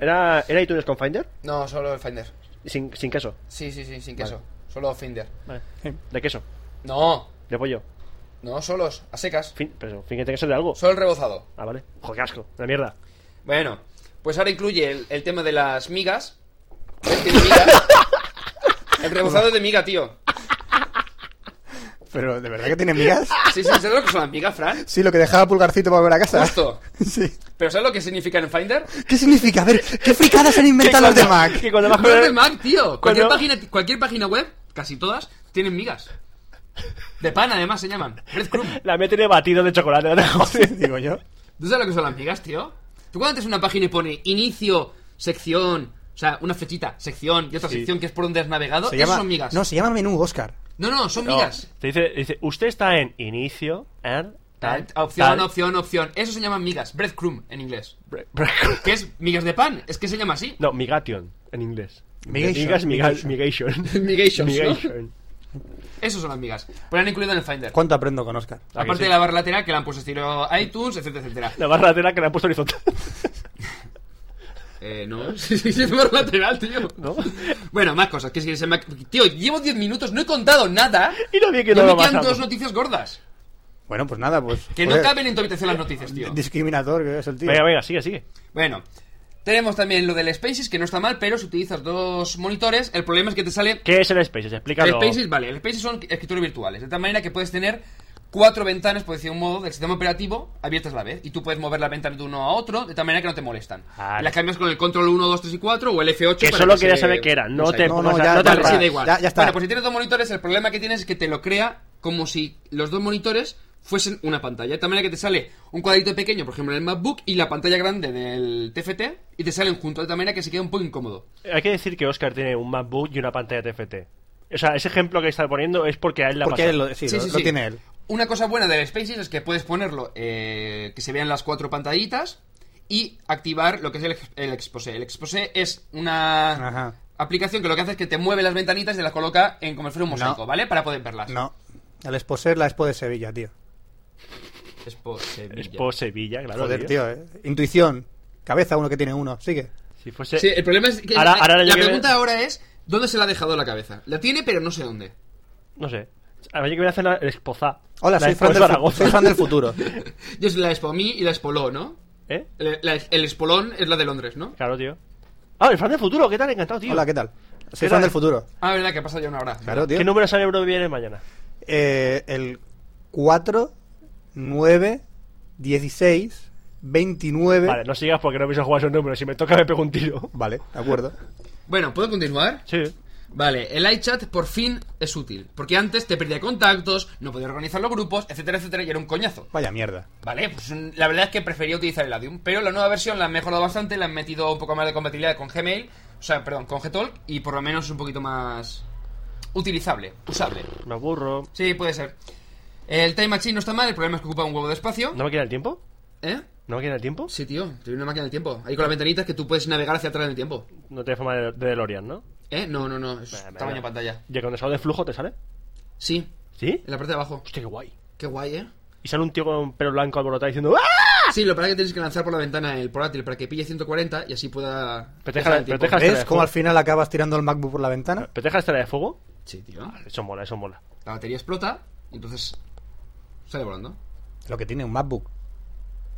S3: era, era iTunes con Finder,
S1: No, solo el Finder.
S3: sin, sin queso.
S1: Sí, sí, sí, sin queso. Solo Finder.
S3: Vale.
S2: Sí.
S3: De queso,
S1: No,
S3: de pollo.
S1: no solos, a secas.
S3: Fin, pero fin que tenga que ser de algo.
S1: Solo el rebozado.
S3: Ah, vale. Joder, qué asco, una mierda.
S1: Bueno, pues ahora incluye el, el tema de las migas. ¿Ves? Tiene migas. El rebozado es de miga, tío.
S2: Pero, ¿de verdad que tiene migas?
S1: Sí, sí, ¿sabes lo que son las migas, Fran?
S2: Sí, lo que dejaba pulgarcito para volver a casa.
S1: Justo.
S2: Sí.
S1: ¿Pero sabes lo que significa en Finder?
S2: ¿Qué significa? A ver, ¿qué fricadas han inventado los de Mac?
S3: Que cuando vas
S1: No
S3: con
S1: es de
S3: el-
S1: Mac, tío. Cualquier
S3: Cuando-
S1: página, cualquier página web, casi todas, tienen migas. De pan, además, se llaman. Bread crumb.
S3: La mía tiene batido de chocolate, no joder.
S2: Digo yo.
S1: ¿Tú sabes lo que son las migas, tío? Tú cuando antes una página y pone inicio, sección, o sea, una flechita, sección y otra sección que es por donde has navegado,
S2: Se
S1: esas
S2: llama-
S1: son migas.
S2: No, se llama menú Oscar.
S1: No, no, son
S3: No,
S1: migas.
S3: Te dice, dice, usted está en inicio, en tal,
S1: opción,
S3: tal,
S1: opción, opción. Eso se llaman migas. Breadcrumb en inglés.
S3: bre- bre-
S1: ¿Qué es migas de pan? Es que se llama así.
S3: No, migation, en inglés.
S2: Migation,
S3: Migas, migas, migation.
S1: Migations, ¿no?
S3: Migation.
S1: Eso son las migas. Pues han incluido en el Finder.
S2: ¿Cuánto aprendo con Oscar?
S3: Ah, que
S1: Aparte
S3: sí.
S1: de la barra lateral que la han puesto estilo iTunes, etcétera, etcétera.
S3: La barra lateral que la han puesto horizontal.
S1: Eh, no, sí, sí, sí, es barra lateral, tío.
S3: ¿No?
S1: Bueno, más cosas. Que es que se me ha- Tío, llevo 10 minutos, no he contado nada.
S3: Y no vi que
S1: Ya
S3: no
S1: me
S3: lo
S1: quedan
S3: pasamos.
S1: dos noticias gordas.
S2: Bueno, pues nada, pues.
S1: Que no
S2: joder,
S1: caben en tu habitación las noticias, tío.
S2: Discriminador que es el tío.
S3: Venga, venga, sigue, sigue.
S1: Bueno, tenemos también lo del Spaces, que no está mal, pero si utilizas dos monitores, el problema es que te sale.
S3: ¿Qué es el Spaces?
S1: El
S3: Explícalo.
S1: Spaces, vale, el Spaces son escrituras virtuales, de tal manera que puedes tener cuatro ventanas, por decir un modo, del sistema operativo abiertas a la vez. Y tú puedes mover las ventanas de uno a otro, de tal manera que no te molestan.
S3: Vale.
S1: Las cambias con el control 1, 2, 3 y 4 o el F8.
S3: Que
S1: para
S3: solo
S1: se-
S3: quería saber qué era. No
S1: pues ahí.
S3: te
S2: No,
S3: pongas
S2: no,
S3: a-
S2: ya-
S3: no te
S1: Vale,
S2: ya
S3: atrapas.
S1: sí, da igual.
S2: Ya- ya está.
S1: Bueno, pues si tienes dos monitores, el problema que tienes es que te lo crea como si los dos monitores fuesen una pantalla. De tal manera que te sale un cuadrito pequeño, por ejemplo, en el MacBook, y la pantalla grande del TFT, y te salen juntos. De tal manera que se queda un poco incómodo.
S3: Hay que decir que Oscar tiene un MacBook y una pantalla TFT. O sea, ese ejemplo que está poniendo es porque a él la ha
S2: Porque
S3: pasado.
S2: él lo, sí, lo, lo tiene él.
S1: Una cosa buena del Spaces es que puedes ponerlo, eh, que se vean las cuatro pantallitas, y activar lo que es el, ex- el Exposé. El Exposé es una...
S2: Ajá.
S1: Aplicación que lo que hace es que te mueve las ventanitas y las coloca en como si fuera un
S2: No.
S1: mosaico, ¿vale? Para poder verlas.
S2: No. El esposer la expo de Sevilla, tío.
S1: Exposé,
S3: Es
S1: Villa.
S3: por Sevilla, claro.
S2: Joder,
S3: tío.
S2: tío. eh. Intuición. Cabeza, uno que tiene uno. Sigue.
S3: Si fuese.
S1: Sí, el problema es que
S3: Ahora-
S1: la,
S3: ahora
S1: la
S3: yo que-
S1: pregunta ahora es ¿dónde se la ha dejado la cabeza? La tiene, pero no sé dónde.
S3: No sé. A ver, yo que voy a hacer la el espoza.
S2: Hola,
S3: La
S2: soy fan,
S3: espoza
S2: del, fu-
S3: Zaragoza.
S2: soy fan del futuro.
S1: Yo soy la Espomí y la Espoló, ¿no?
S3: ¿Eh?
S1: El, la- el Espolón es la de Londres, ¿no?
S3: Claro, tío. Ah, el fan del futuro, ¿qué tal? Encantado, tío.
S2: Hola, ¿qué tal? Soy
S3: ¿Qué
S2: fan
S3: tal?
S2: del futuro.
S1: Ah, verdad, que pasa ya una hora.
S2: Claro, tío.
S3: ¿Qué número sale Euro viene mañana?
S2: Eh, el 4, 9, 16, 29.
S3: Vale, no sigas porque no pienso jugar esos números. Si me toca, me pego un tiro.
S2: Vale, de acuerdo.
S1: Bueno, ¿puedo continuar?
S3: Sí.
S1: Vale, el iChat por fin es útil. Porque antes te perdía contactos, no podía organizar los grupos, etcétera, etcétera, y era un coñazo.
S2: Vaya mierda.
S1: Vale, pues mm, la verdad es que prefería utilizar el Adium, pero la nueva versión la han mejorado bastante, le han metido un poco más de compatibilidad con Gmail, o sea, perdón, con Gtalk, y por lo menos es un poquito más utilizable, usable.
S3: Me aburro.
S1: Sí, puede ser. El Time Machine no está mal, el problema es que ocupa un huevo de espacio.
S3: ¿No me queda el tiempo?
S1: ¿Eh?
S3: ¿No me queda el tiempo?
S1: Sí, tío, tiene una máquina del tiempo. Ahí con las ventanitas que tú puedes navegar hacia atrás en el tiempo.
S3: No te forma de, de DeLorean, ¿no?
S1: ¿Eh? No, no, no, es
S3: Vale, vale.
S1: tamaño pantalla.
S3: ¿Y el condensador de flujo te sale?
S1: Sí,
S3: ¿Sí?
S1: en la parte de abajo.
S3: Hostia, qué guay.
S1: Qué guay, ¿eh?
S3: Y sale un tío con pelo blanco alborotado diciendo ¡Ah!
S1: Sí, lo que pasa es que tienes que lanzar por la ventana el portátil para que pille 140 y así pueda...
S3: Proteja-
S1: viajar en el tiempo.
S3: proteja-
S2: ¿Ves cómo al final acabas tirando el MacBook por la ventana?
S3: ¿Te deja estrella de fuego?
S1: Sí, tío.
S3: Eso mola, eso mola.
S1: La batería explota, y entonces sale volando.
S2: Lo que tiene un MacBook.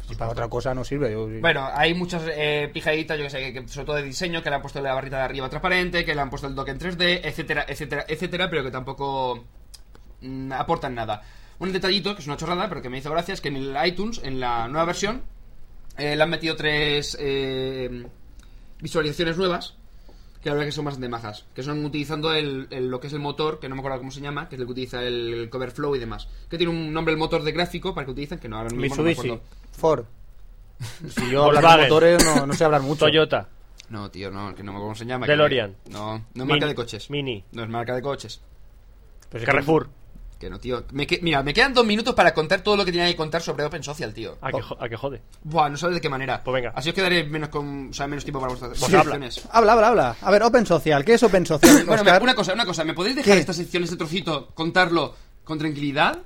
S2: Si para otra cosa no sirve. yo-
S1: Bueno, hay muchas eh, pijaditas, yo que sé, que, que sobre todo de diseño, que le han puesto la barrita de arriba transparente, que le han puesto el dock en 3D, etcétera, etcétera, etcétera, pero que tampoco mm, aportan nada. Un detallito, que es una chorrada, pero que me hizo gracia, es que en el iTunes, en la nueva versión, eh, le han metido tres eh, visualizaciones nuevas, que la verdad que son bastante majas, que son utilizando el, el- lo que es el motor, que no me acuerdo cómo se llama, que es el que utiliza el, cover flow y demás, que tiene un nombre el motor de gráfico para que utilizan, que no, ahora mismo no me
S2: Mitsubishi,
S1: acuerdo.
S2: Ford. Si yo hablar de
S3: Volkswagen.
S2: motores no, no sé hablar mucho.
S3: Toyota.
S1: No, tío, no, que no me acuerdo cómo se llama.
S3: DeLorean.
S1: que- No, no es
S3: Mini.
S1: marca de coches.
S3: Mini.
S1: No es marca de coches.
S2: Pero es que-
S3: Carrefour.
S1: Que no, tío. Me que- Mira, me quedan dos minutos para contar todo lo que tenía que contar sobre Open Social, tío.
S3: ¿A que, jo- a que jode?
S1: Buah, no sabes de qué manera.
S3: Ah. Pues venga.
S1: Así os quedaré menos, con, o sea, menos tiempo para vuestras
S3: Pues habla.
S1: secciones.
S2: Habla, habla, habla. A ver, Open Social. ¿Qué es Open Social?
S1: Bueno,
S2: Oscar?
S1: una cosa, una cosa. ¿Me podéis dejar
S2: ¿Qué?
S1: esta sección, este trocito, contarlo con tranquilidad?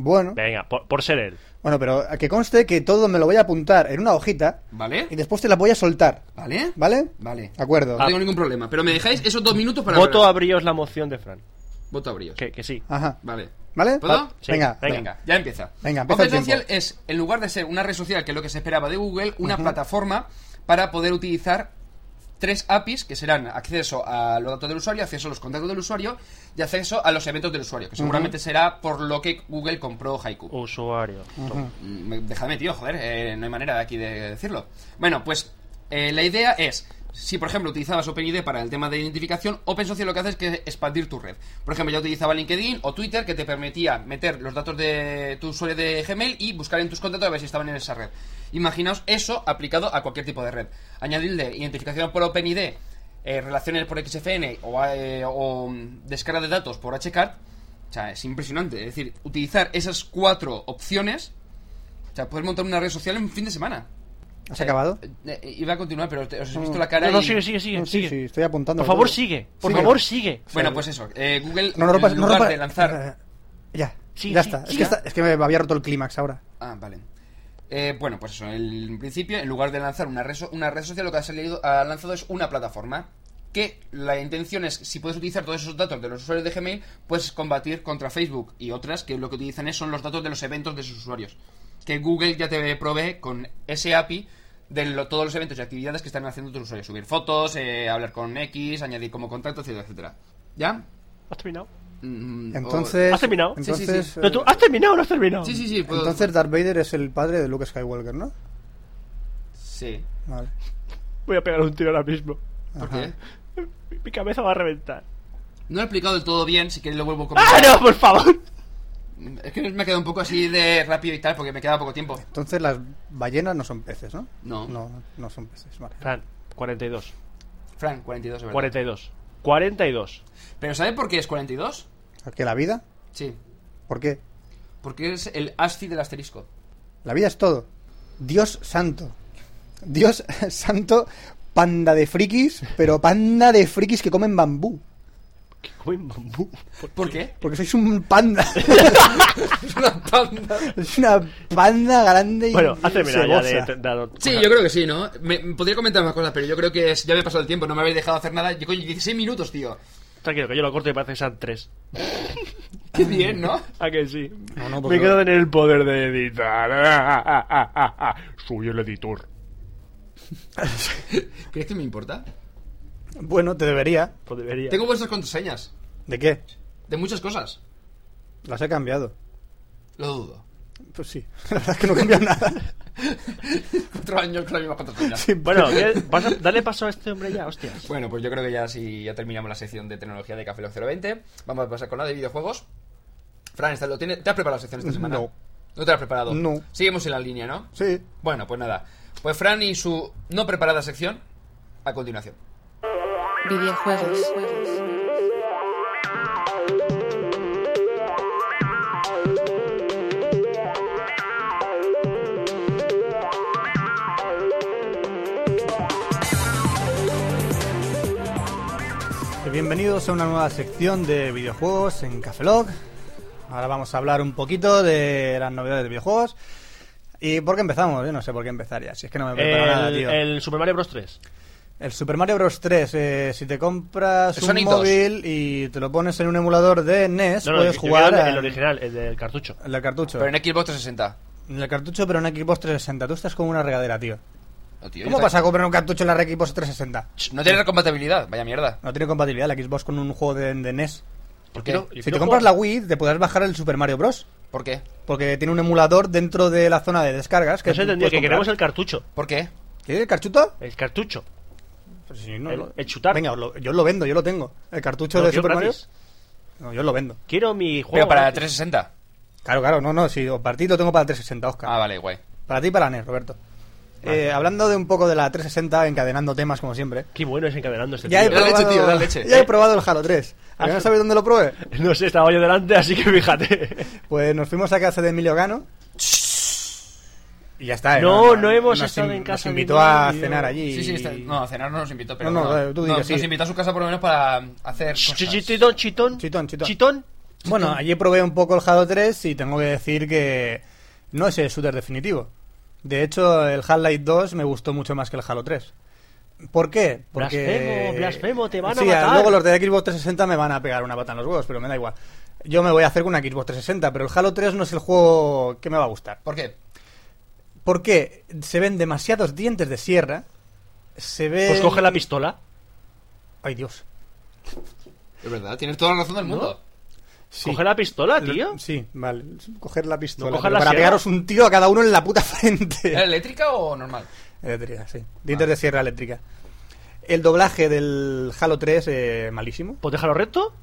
S2: Bueno,
S3: Venga, por, por ser él.
S2: bueno, pero a que conste que todo me lo voy a apuntar en una hojita
S1: ¿Vale?
S2: y después te la voy a soltar.
S1: ¿Vale?
S2: ¿Vale?
S1: Vale.
S2: De acuerdo.
S1: No tengo ningún problema. Pero me dejáis esos dos minutos para...
S3: Ah. Voto a bríos la moción de Fran.
S1: Voto a bríos.
S3: Que, que sí.
S2: Ajá.
S1: Vale.
S2: ¿Vale?
S1: ¿Puedo?
S2: Va-
S3: Sí,
S2: Venga,
S3: venga.
S1: Venga, ya empieza.
S2: Venga, empieza el
S1: Open Social
S2: tiempo.
S1: es, en lugar de ser una red social, que es lo que se esperaba de Google, una plataforma para poder utilizar tres APIs que serán acceso a los datos del usuario, acceso a los contactos del usuario y acceso a los eventos del usuario, que seguramente será por lo que Google compró Haiku.
S3: Usuario.
S2: Ujú.
S1: Mm, me- Déjame, tío, joder, eh, no hay manera de aquí de decirlo. Bueno, pues eh, la idea es, si por ejemplo utilizabas OpenID para el tema de identificación, OpenSocial lo que hace es que expandir tu red. Por ejemplo, yo utilizaba LinkedIn o Twitter que te permitía meter los datos de tu usuario de Gmail y buscar en tus contactos a ver si estaban en esa red. Imaginaos eso aplicado a cualquier tipo de red. Añadirle identificación por OpenID, eh, relaciones por XFN o, eh, o mm, descarga de datos por Hcard. O sea, es impresionante. Es decir, utilizar esas cuatro opciones o sea, puedes montar una red social en un fin de semana.
S2: ¿Has acabado? Mm.
S1: Eh, iba a continuar, pero te- os he visto la cara
S3: No, no,
S1: y-
S3: sigue, sigue, sigue.
S2: No,
S3: sigue.
S2: sí, sí, estoy apuntando.
S3: Por favor,
S2: todo.
S3: sigue. Por
S2: Sigue.
S3: favor, sigue.
S1: Bueno, pues eso. eh, Google,
S2: No rompas,
S1: en
S2: no
S1: lugar
S2: rompas.
S1: de lanzar...
S2: Ya,
S3: Sí,
S2: ya
S3: sí,
S2: está.
S3: sí.
S2: es, que está- es que me había roto el clímax ahora.
S1: Ah, vale. Eh, bueno, pues eso. el- en principio, en lugar de lanzar una red, so- una red social, lo que ha, salido, ha lanzado es una plataforma. Que la intención es, si puedes utilizar todos esos datos de los usuarios de Gmail, puedes combatir contra Facebook y otras que lo que utilizan es, son los datos de los eventos de sus usuarios. Que Google ya te provee con ese API de lo- todos los eventos y actividades que están haciendo tus usuarios. Subir fotos, eh, hablar con X, añadir como contacto, etcétera, etcétera. ¿Ya?
S3: ¿Has terminado?
S1: Mm, o-
S2: Entonces.
S3: ¿Has terminado?
S1: Sí, sí, sí.
S2: Entonces, eh,
S3: No, tú- ah, ¿Has terminado o no has terminado?
S1: Sí, sí, sí. puedo-
S2: entonces Darth Vader es el padre de Luke Skywalker, ¿no?
S1: Sí.
S2: Vale.
S3: Voy a pegar un tiro ahora mismo.
S1: ¿Por
S2: Ajá.
S1: qué?
S3: Mi- Mi cabeza va a reventar.
S1: No lo he explicado del todo bien, si queréis lo vuelvo a
S3: ¡Ah,
S1: comentar.
S3: no, por favor!
S1: Es que me ha quedado un poco así de rápido y tal, porque me queda poco tiempo.
S2: Entonces las ballenas no son peces, ¿no?
S1: No.
S2: No, no son peces, vale.
S3: Fran, 42.
S1: Frank, 42, de verdad.
S3: 42. 42.
S1: ¿Pero sabe por qué es 42?
S2: ¿Que la vida?
S1: Sí.
S2: ¿Por qué?
S1: Porque es el ASCII del asterisco.
S2: La vida es todo. Dios santo. Dios santo, panda de frikis, pero panda de frikis que comen bambú.
S3: ¿Qué comen bambú?
S1: ¿Por qué?
S2: Porque sois un panda.
S1: Es una panda.
S2: es una panda grande y.
S3: Bueno, has terminado ya de,
S2: cebosa.
S3: de- de-
S1: Sí, yo creo que sí, ¿no? Me, me podría comentar más cosas, pero yo creo que es- ya me he pasado el tiempo, no me habéis dejado hacer nada. Yo, coño, 16 minutos, tío.
S3: Tranquilo, que yo lo corto y parece que sean 3.
S1: Qué bien, ¿no?
S3: ¿A que sí?
S2: No, no, por
S3: Me
S2: favor.
S3: quedo en el poder de editar. Ah, ah, ah, ah, ah. Soy el editor.
S1: ¿Crees que me importa?
S2: Bueno, te debería.
S3: Pues debería.
S1: Tengo vuestras contraseñas.
S2: ¿De qué?
S1: De muchas cosas.
S2: Las he cambiado.
S1: Lo dudo.
S2: Pues sí, la verdad es que no cambia nada.
S1: Cuatro años con las mismas contraseñas.
S2: Sí,
S3: Bueno, ¿qué- vas a- dale paso a este hombre ya, hostias.
S1: Bueno, pues yo creo que ya sí, ya terminamos la sección de tecnología de Café Lock 020. Vamos a pasar con la de videojuegos. Fran, ¿estás- lo tiene- ¿te has preparado la sección esta semana?
S2: No.
S1: ¿No te la has preparado?
S2: No.
S1: Seguimos en la línea, ¿no?
S2: Sí.
S1: Bueno, pues nada. Pues Fran y su no preparada sección a continuación.
S6: Videojuegos.
S2: Bienvenidos a una nueva sección de videojuegos en Cafelog. Ahora vamos a hablar un poquito de las novedades de videojuegos. ¿Y por qué empezamos? Yo no sé por qué empezar ya, si es que no me preparo nada,
S3: El,
S2: tío.
S3: el Super Mario Bros. 3.
S2: El Super Mario Bros. 3, eh, si te compras
S1: El
S2: un
S1: Sonic 2.
S2: móvil y te lo pones en un emulador de NES,
S3: No, no,
S2: puedes
S3: el,
S2: jugar
S3: El,
S2: al-
S3: el original, el del cartucho.
S2: al del cartucho.
S1: Pero en Xbox 360.
S2: En el cartucho, pero en Xbox 360. Tú estás como una regadera, tío.
S1: No, tío,
S2: ¿Cómo
S1: yo
S2: vas
S1: estaba-
S2: a comprar un cartucho en la Xbox 360?
S1: Ch, No tiene compatibilidad, vaya mierda.
S2: No tiene compatibilidad la Xbox con un juego de, de NES.
S1: ¿Por
S3: Yo
S1: qué?
S3: quiero- yo
S2: Si te
S3: quiero
S2: compras la
S3: jugar-
S2: Wii, te podrás bajar el Super Mario Bros.
S1: ¿Por qué?
S2: Porque tiene un emulador dentro de la zona de descargas. Que
S3: No se
S2: tú
S3: entendió,
S2: puedes
S3: que
S2: comprar.
S3: queremos el cartucho.
S1: ¿Por qué?
S2: ¿Quieres el cartucho?
S3: El cartucho.
S2: Pues si no,
S3: El-
S2: lo-
S3: el chutar.
S2: Venga, os lo- yo os lo vendo, yo lo tengo. El cartucho
S3: Lo
S2: de
S3: quiero
S2: Super Mario.
S3: gratis.
S2: No, yo os lo vendo.
S3: Quiero mi juego.
S1: Pero para
S3: gratis.
S1: 360.
S2: Claro, claro, no, no. Si o para ti lo tengo para 360, Oscar.
S1: Ah, vale, guay.
S2: Para ti y para NES, Roberto. Eh, hablando de un poco de la 360, encadenando temas como siempre.
S3: Qué bueno es encadenando este
S2: Ya he,
S3: tío.
S1: Dale leche,
S2: probado,
S1: tío, dale leche.
S2: ya he probado el Halo 3. ¿A que no sabéis dónde lo probé?
S3: No sé, estaba yo delante, así que fíjate.
S2: Pues nos fuimos a casa de Emilio Gano. Y ya está. ¿eh?
S3: No, no hemos
S2: nos
S3: estado en
S2: nos
S3: casa de
S2: invitó a
S3: Emilio.
S2: cenar allí.
S1: Sí, sí, está- no, a cenar no nos invitó, pero
S2: No, no,
S1: bueno,
S2: eh, tú
S1: no,
S2: digas,
S1: nos
S2: sí.
S1: invitó a su casa por lo menos para hacer
S3: Ch-
S1: cosas.
S3: Chitón, chitón.
S2: Chitón, chitón.
S3: Chitón.
S2: Bueno, allí probé un poco el Halo 3 y tengo que decir que no es el shooter definitivo. De hecho, el Half-Life 2 me gustó mucho más que el Halo 3. ¿Por qué? Porque...
S3: Blasfemo, blasfemo, te van a
S2: Sí,
S3: matar.
S2: Luego los de Xbox 360 me van a pegar una pata en los huevos, pero me da igual. Yo me voy a hacer con una Xbox 360, pero el Halo 3 no es el juego que me va a gustar.
S1: ¿Por qué?
S2: ¿Por qué? Se ven demasiados dientes de sierra. Se ve.
S3: Pues coge la pistola.
S2: Ay, Dios.
S1: Es verdad, tienes toda la razón del mundo.
S2: Sí.
S3: Coge la pistola, tío.
S2: Sí, vale. Coger la pistola.
S3: No coger
S2: pero
S3: la
S2: para
S3: sierra.
S2: pegaros un tiro a cada uno en la puta frente.
S1: ¿Era eléctrica o normal?
S2: Eléctrica, sí. Dientes de sierra eléctrica. El doblaje del Halo 3, eh, malísimo.
S3: Pues déjalo recto.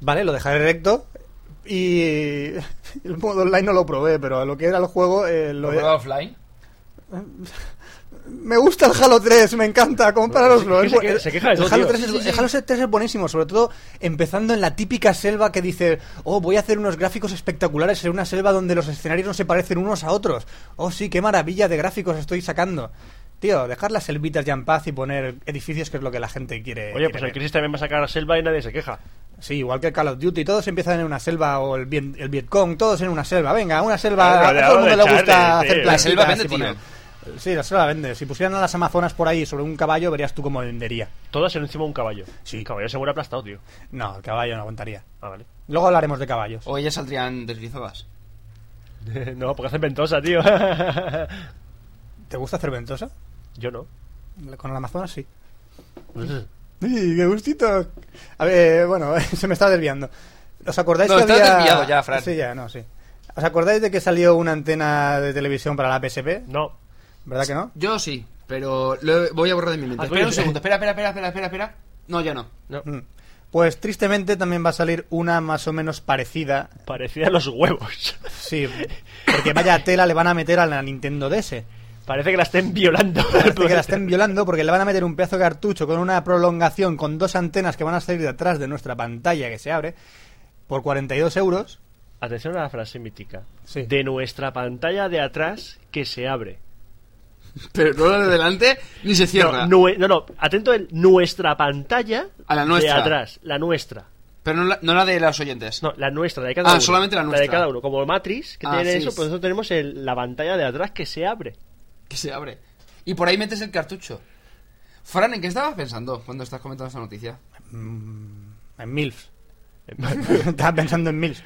S2: Vale, lo dejaré recto. Y el modo online no lo probé, pero lo que era el juego eh, lo
S1: ¿Lo
S2: he-
S1: prueba offline?
S2: Me gusta el Halo 3, me encanta, comprároslo.
S3: Se-
S2: Es
S3: se
S2: bu-
S3: que- se queja de
S2: el
S3: todo,
S2: Halo
S3: tío.
S2: 3 es, el Halo 3 es buenísimo, sobre todo empezando en la típica selva que dice, oh, voy a hacer unos gráficos espectaculares en una selva donde los escenarios no se parecen unos a otros. Oh, sí, qué maravilla de gráficos estoy sacando. Tío, dejar las selvitas ya en paz y poner edificios, que es lo que la gente quiere.
S3: Oye,
S2: quiere
S3: pues
S2: ver.
S3: el Crisis también va a sacar a Selva y nadie se queja.
S2: Sí, igual que el Call of Duty, todos empiezan en una selva, o el, Vien- el Vietcong, todos en una selva. Venga, una selva,
S3: Claro,
S2: a todo el
S3: de
S2: mundo le gusta
S3: Charlie, sí.
S2: hacer
S3: La
S1: selva
S2: plantitas
S1: vende,
S2: y
S1: tío.
S2: poner- Sí, la selva vende. Si pusieran a las Amazonas por ahí sobre un caballo, verías tú cómo vendería.
S3: Todas en encima de un caballo.
S2: Sí.
S3: El caballo se muere aplastado, tío.
S2: No, el caballo no aguantaría.
S3: Ah, vale.
S2: Luego hablaremos de caballos.
S1: O ellas saldrían deslizadas.
S3: no, porque hacen ventosa, tío.
S2: ¿Te gusta hacer ventosa?
S3: Yo no.
S2: Con el Amazonas sí.
S1: Pues
S2: ¡Sí, qué gustito! A ver, eh, bueno, se me está desviando. ¿Os acordáis
S1: No,
S2: que
S1: está
S2: había...
S1: desviado ya, Fran.
S2: Sí, ya, no, sí. ¿Os acordáis de que salió una antena de televisión para la PSP?
S3: No.
S2: ¿Verdad que no?
S1: Yo sí, pero lo he- voy a borrar de mi mente.
S3: Ah,
S1: espera
S3: coño,
S1: un
S3: sí.
S1: segundo, espera, espera, espera, espera, espera, espera. No, ya no.
S3: No.
S2: Mm. Pues tristemente también va a salir una más o menos parecida.
S3: Parecía a los huevos.
S2: Sí, porque vaya tela le van a meter a la Nintendo DS.
S3: Parece que la estén violando.
S2: Parece que la estén violando porque le van a meter un pedazo de cartucho con una prolongación con dos antenas que van a salir de atrás de nuestra pantalla que se abre por 42 euros.
S3: Atención a la frase mítica.
S2: Sí.
S3: De nuestra pantalla de atrás que se abre.
S1: Pero no la de delante ni se cierra.
S3: No, nue- no, no, atento el nuestra pantalla
S1: A la nuestra.
S3: de atrás, la nuestra.
S1: Pero no la, no la de los oyentes.
S3: No, la nuestra, la de cada
S1: Ah,
S3: uno.
S1: solamente la nuestra.
S3: de cada uno. Como Matrix, que
S1: Ah,
S3: tiene
S1: sí,
S3: eso,
S1: sí.
S3: pues nosotros tenemos el- la pantalla de atrás que se abre.
S1: Que se abre. Y por ahí metes el cartucho. Fran, ¿en qué estabas pensando cuando estás comentando esta noticia?
S2: Mm, en MILF. Estaba pensando en MILF.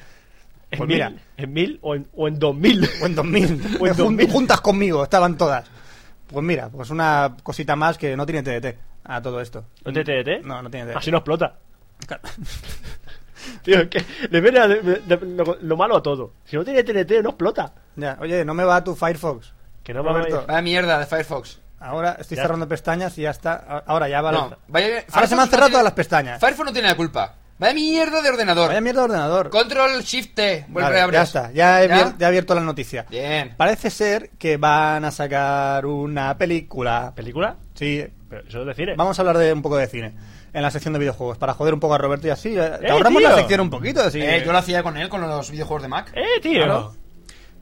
S3: ¿En,
S2: Pues
S3: mil,
S2: mira.
S3: en mil o en, o en dos mil.
S2: O en 2000.
S3: O en
S2: Jun-
S3: 2000.
S2: Juntas conmigo, estaban todas. Pues mira, pues una cosita más que no tiene TDT a todo esto.
S3: ¿No tiene TDT?
S2: No, no tiene TDT.
S3: Así Ah, no explota. Tío, que le viene a- le- le- lo, lo malo a todo. Si no tiene TNT, no explota.
S2: Ya, oye, no me va tu Firefox.
S3: Que no va a
S2: Roberto.
S3: haber-
S1: Vaya mierda de Firefox.
S2: Ahora estoy
S3: Ya
S2: cerrando pestañas y ya está. A- Ahora ya vale.
S1: No, vaya- Firefox
S2: Ahora se me han
S1: no
S2: cerrado
S1: tiene-
S2: todas las pestañas.
S1: Firefox no tiene la culpa. Vaya mierda de ordenador.
S2: Vaya mierda de ordenador.
S1: Control Shift T. Vuelve
S2: Vale,
S1: a abrir.
S2: ya está, ya he,
S1: ¿Ya?
S2: vier- ya he abierto la noticia.
S1: Bien.
S2: Parece ser que van a sacar una película.
S3: ¿Película?
S2: Sí,
S3: Pero eso es de cine.
S2: vamos a hablar de un poco de cine en la sección de videojuegos para joder un poco a Roberto y así. eh, Te
S3: ¡Eh,
S2: ahorramos la
S3: tío!
S2: sección un poquito. así.
S1: Eh, yo lo hacía con él, con los videojuegos de Mac.
S3: ¡Eh, tío!
S2: Claro.